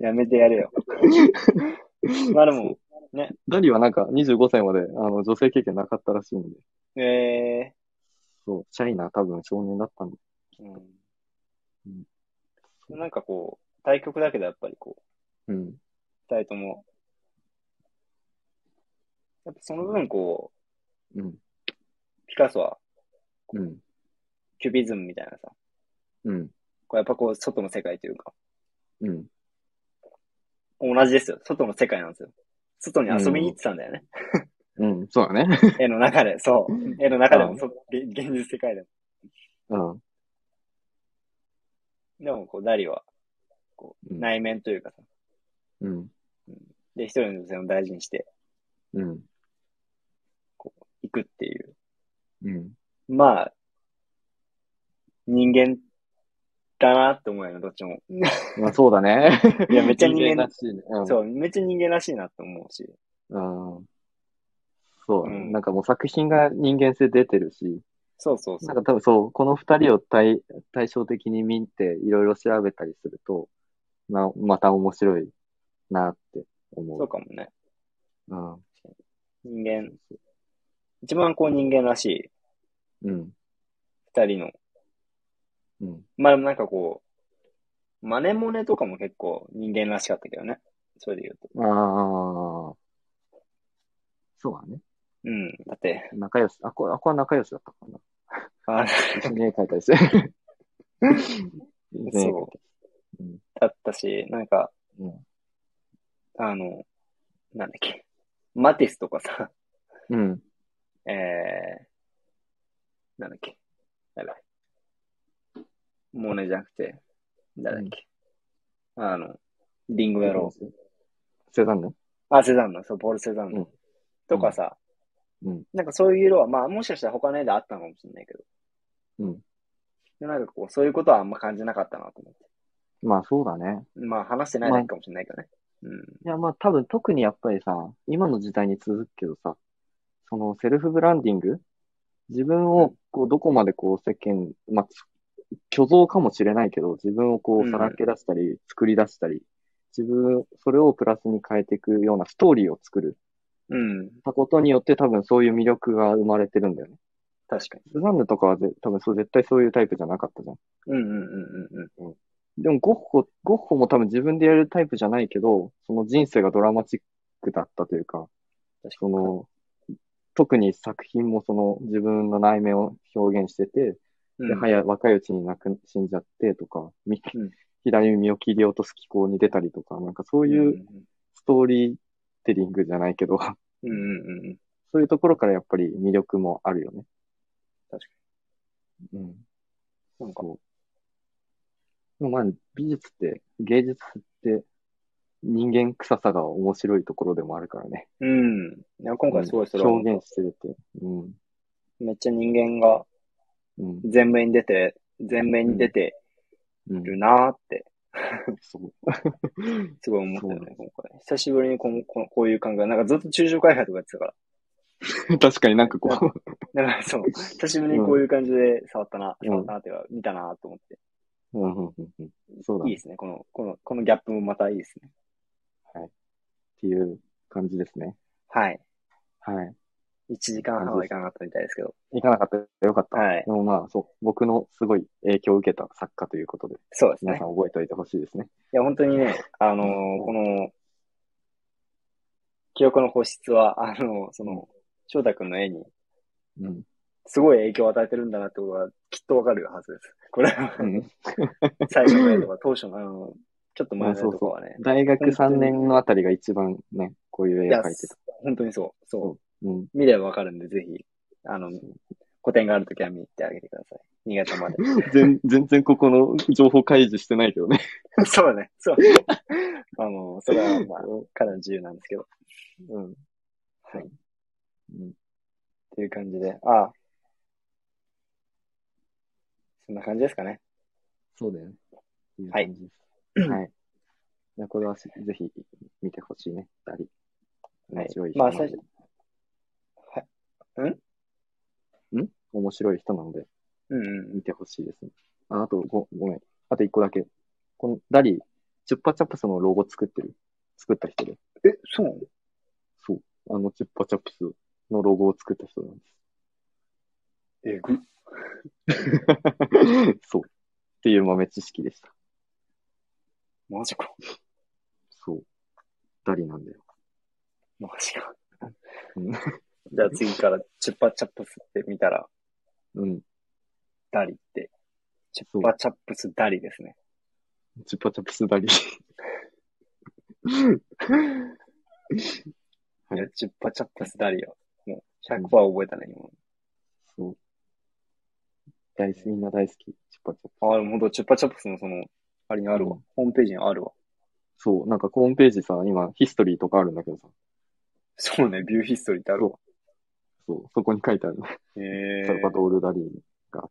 S1: やめてやれ
S2: [LAUGHS]
S1: よ。まあでも、
S2: ダリはなんか25歳まで、あの、女性経験なかったらしいんで、
S1: え
S2: そう、シャイな多分少年だったんで。
S1: ー、
S2: うん
S1: うん。なんかこう、対局だけどやっぱりこう、
S2: うん。
S1: 二人とも。やっぱその分、こ
S2: うん。
S1: う、ピカソは
S2: うん。
S1: キュビズムみたいなさ、
S2: うん。
S1: こうやっぱこう、外の世界というか、
S2: うん。
S1: 同じですよ。外の世界なんですよ。外に遊びに行ってたんだよね。
S2: うん、そうだね。
S1: 絵の中で、そう。絵の中で
S2: う
S1: も、
S2: ん
S1: そ現現実世界でも。
S2: うん。
S1: でも、こう、ダリは、こう、
S2: うん
S1: 内面というかさ、
S2: うん。
S1: で、一人の女性を大事にして
S2: うん。
S1: いくっていう。
S2: うん。
S1: まあ、人間だなって思うよね、どっちも。
S2: まあそうだね。
S1: い [LAUGHS] やめっちゃ人間
S2: らしいね。うん。
S1: そう、めっちゃ人間らしいなって思うし。
S2: うん。そうだね、
S1: うん
S2: なんかもう作品が人間性出てるし、
S1: そうそうそ
S2: な。
S1: うん
S2: か多分そう、この二人を対対照的に見て、いろいろ調べたりすると、な、また面白いなって
S1: そ
S2: 思
S1: うかもね。
S2: う。う
S1: 人間、一番こう人間らしい
S2: ん。うん。
S1: 二人の、
S2: うん。
S1: まあなんかこう、マネモネとかも結構人間らしかったけどね。それで言うと。
S2: ああ。そうだね。
S1: うん。だって、
S2: 仲良し。あ、こ、あ、こは仲良しだったかな。
S1: あ
S2: 一緒に絵描いた [LAUGHS] りして。。
S1: そううんだったし、なんか、
S2: うん。
S1: あの、なんだっけ。マティスとかさ、
S2: うん。
S1: えー、なんだっけ。やばい。モネじゃなくて、誰だっけ。あの、リンゴ野郎。
S2: セザンヌ
S1: あ、セザンヌ、そう、ポール・セザンヌ。
S2: うん
S1: とかさ、
S2: うん
S1: なんかそういう色は、まあもしかしたら他の絵であったのかもしれないけど、
S2: うん。
S1: でなんかこう、そういうことはあんま感じなかったなと思って。
S2: まあそうだね。
S1: まあ話してないだけかもしれないけどね。
S2: いやまあ多分特にやっぱりさ、今の時代に続くけどさ、そのセルフブランディング自分をこうどこまでこう世間、まあ、つ虚像かもしれないけど、自分をこ
S1: うん
S2: うさらけ出したり、作り出したり、自分、それをプラスに変えていくようなストーリーを作る
S1: うん。
S2: たことによって多分そういう魅力が生まれてるんだよね。
S1: 確かに。
S2: スザンヌとかはぜ多分そう絶対そういうタイプじゃなかったじゃん。
S1: うんうんうんうんうん。
S2: でもゴッホ、ゴッホも多分自分でやるタイプじゃないけど、その人生がドラマチックだったというか、
S1: 確か
S2: そ
S1: に。
S2: の、特に作品もその自分の内面を表現してて、
S1: うん
S2: で、早、若いうちに亡く、死んじゃってとか、み
S1: うん
S2: 左耳を切り落とす気候に出たりとか、なんかそ
S1: う
S2: う
S1: ん
S2: いうストーリーテリングじゃないけど、
S1: うんうんうんうん。
S2: そういうところからやっぱり魅力もあるよね。
S1: 確か
S2: に。うん。
S1: なんか、
S2: そう。でもまあ、美術って、芸術って、人間臭さが面白いところでもあるからね。
S1: うん。いや今回すごいそれは
S2: 表現してるって。うん。
S1: めっちゃ人間が
S2: うん。
S1: 前面に出て、前面に出て
S2: うん。
S1: るなーって、
S2: そう。
S1: すごい思ったよ
S2: そう
S1: ね、今回。久しぶりにこんこんこういう感覚。なんかずっと中小開発とかやってたか
S2: [LAUGHS] 確かになんかこ
S1: ら。 [LAUGHS] だからそう、久しぶりにこういう感じで触ったな、触ったなっていうか、見たなと思って。
S2: [LAUGHS] う。うんうんうんうん。そうだ
S1: いい
S2: ね。
S1: ですね。この、この、このギャップもまたいいですね。
S2: っていう感じですね。
S1: はい。
S2: はい。
S1: 1時間半はいかなかったみたいですけど。
S2: 行かなかったらよかった。
S1: はい
S2: でもまあ、そう。僕のすごい影響を受けた作家ということで、
S1: そうです
S2: 皆
S1: ね
S2: さ。ん覚えておいてほしいですね。
S1: いや、本当にね、あのー
S2: うん
S1: この、記憶の保湿は、あのーその、翔太くんの絵に、
S2: うん。
S1: すごい影響を与えてるんだなってことが、きっとわかるはずです。これは
S2: う、ん
S1: 最初の絵とか、当初の、あのーちょっと前の絵とかはね。
S2: 大学3年のあたりが一番ね、こういう
S1: い
S2: 絵
S1: や
S2: を描いてた。、
S1: 本当にそう。
S2: そ。
S1: そう
S2: うん。
S1: う。見ればわかるんで、ぜひ、あの、個展があるときは見てあげてください。新潟まで。
S2: [LAUGHS] 全全然ここの情報開示してないけどね。
S1: そうね、
S2: [LAUGHS]
S1: そう。あのーそれは、まあ、かなり自由なんですけど。
S2: うん。
S1: はい。
S2: うん。
S1: っていう感じで、ああ。そんな感じですかね。
S2: そうだよね。っていう
S1: はい
S2: 感じ [CLEARS THROAT] です。はい。じゃあこれはぜひ見てほしいね、二人。
S1: はい
S2: 面白い人
S1: まあ
S2: なので。
S1: 最
S2: ん面白い人なので
S1: うんうん。
S2: 見てほしいですね。あ、あとご、ごめん。あと一個だけ。このダリー、チュッパチャップスのロゴ作ってる。作った人で。
S1: え、そうなの
S2: そう。あの、チュッパチャップスのロゴを作った人なんです。
S1: えぐ。
S2: [LAUGHS] そう。っていう豆知識でした。
S1: マジか。
S2: そう。ダリなんだよ。
S1: マジか
S2: うん。
S1: じゃあ次から、チュッパチャップスって見たら、
S2: うん。
S1: ダリって。チュ
S2: そ
S1: ッ
S2: う
S1: パチャップスダリですね。
S2: チュッパチャプス [LAUGHS] ダリ。
S1: い
S2: はい
S1: や、チュッパチャップスダリよ。もう、100%覚えたね、今。
S2: そう。大好き、みんな大好き。チュッパチャプス。
S1: ああ、でもほんと、チュッパチャップスのその、あれにあるわ。
S2: うん
S1: ホームページにあるわ。
S2: そう。なんかホームページさ、今、ヒストリーとかあるんだけどさ。
S1: そうね、ビューヒストリーってあるわ。
S2: そう。そこに書いてある。
S1: へ
S2: サルバ
S1: え。
S2: ドール・ダリが。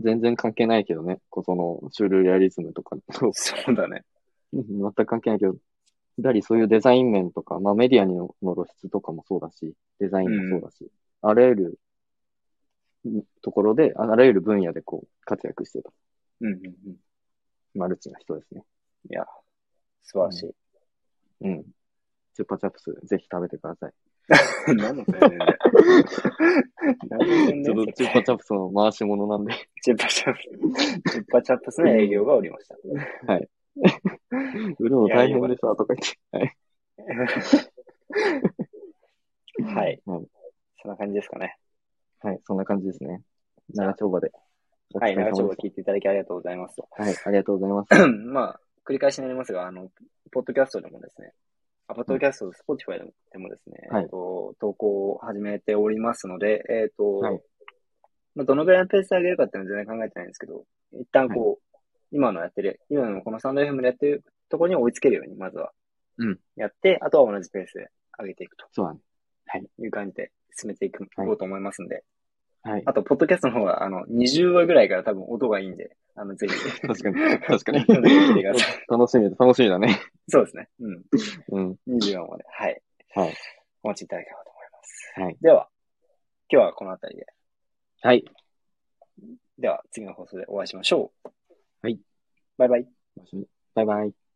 S2: 全然関係ないけどね。こうその、シュールレアリズムとか。そう。
S1: そうだね。
S2: うん全く関係ないけど、やはりそういうデザイン面とか、まあメディアのの露出とかもそうだし、デザインもそうだし、あらゆるんところで、ああらゆる分野でこう活躍してた。
S1: うんうんうん。
S2: マルチな人ですね。
S1: いや、素晴らしい。
S2: うん。チュッパチャプス、ぜひ食べてください。
S1: 何の宣伝だよ。何の宣
S2: ちょっ
S1: 伝そ
S2: とチュッパ
S1: れ
S2: チャプスの回し物 [LAUGHS] なんで。
S1: チュッパチャップス。チュッパチャップスの営業がおり
S2: [LAUGHS]
S1: ました。
S2: 売るの大変でさ、とか言って。
S1: は
S2: はいい。。はい。
S1: そんな感じですかね。
S2: はい。そんな感じですね。長丁場で。お疲
S1: は
S2: れ
S1: い。長丁
S2: 様
S1: 場
S2: でし
S1: 聞いていただきありがとうござい
S2: [CLEARS THROAT]
S1: ます。
S2: た。はい。ありがとうございます。
S1: まあ、繰り返しになりますが、あの、ポッドキャストでもですね、あポッドキャスト、スポティファイでもでもですね、
S2: はい
S1: えっと、投稿を始めておりますので、えっ、と、
S2: はい
S1: まあ、どのぐらいのペースで上げるかっていうのは全然考えてないんですけど、一旦こう、今のやってる、今のこのサンド FM でやってるところに追いつけるように、まずは、
S2: うん
S1: やって、あとは同じペースで上げていくと
S2: そうだね。
S1: いう感じで進めていく、
S2: はい
S1: こうと思いますんで、
S2: [LAUGHS] はい。
S1: あと、ポッドキャストの方が、あの、20話ぐらいから多分音がいいんで、あの、ぜひ、
S2: 確かに。確かに
S1: 読んでみてください。
S2: 楽しみだ、楽しみだね。
S1: [LAUGHS] そうですね。うん。
S2: うん。
S1: 24まで。はい。
S2: はい。
S1: お待ちいただければと思います。
S2: はい。
S1: では、今日はこの辺りで。
S2: はい。
S1: では、次の放送でお会いしましょう。
S2: はい。
S1: バイバイ。
S2: バイバイ。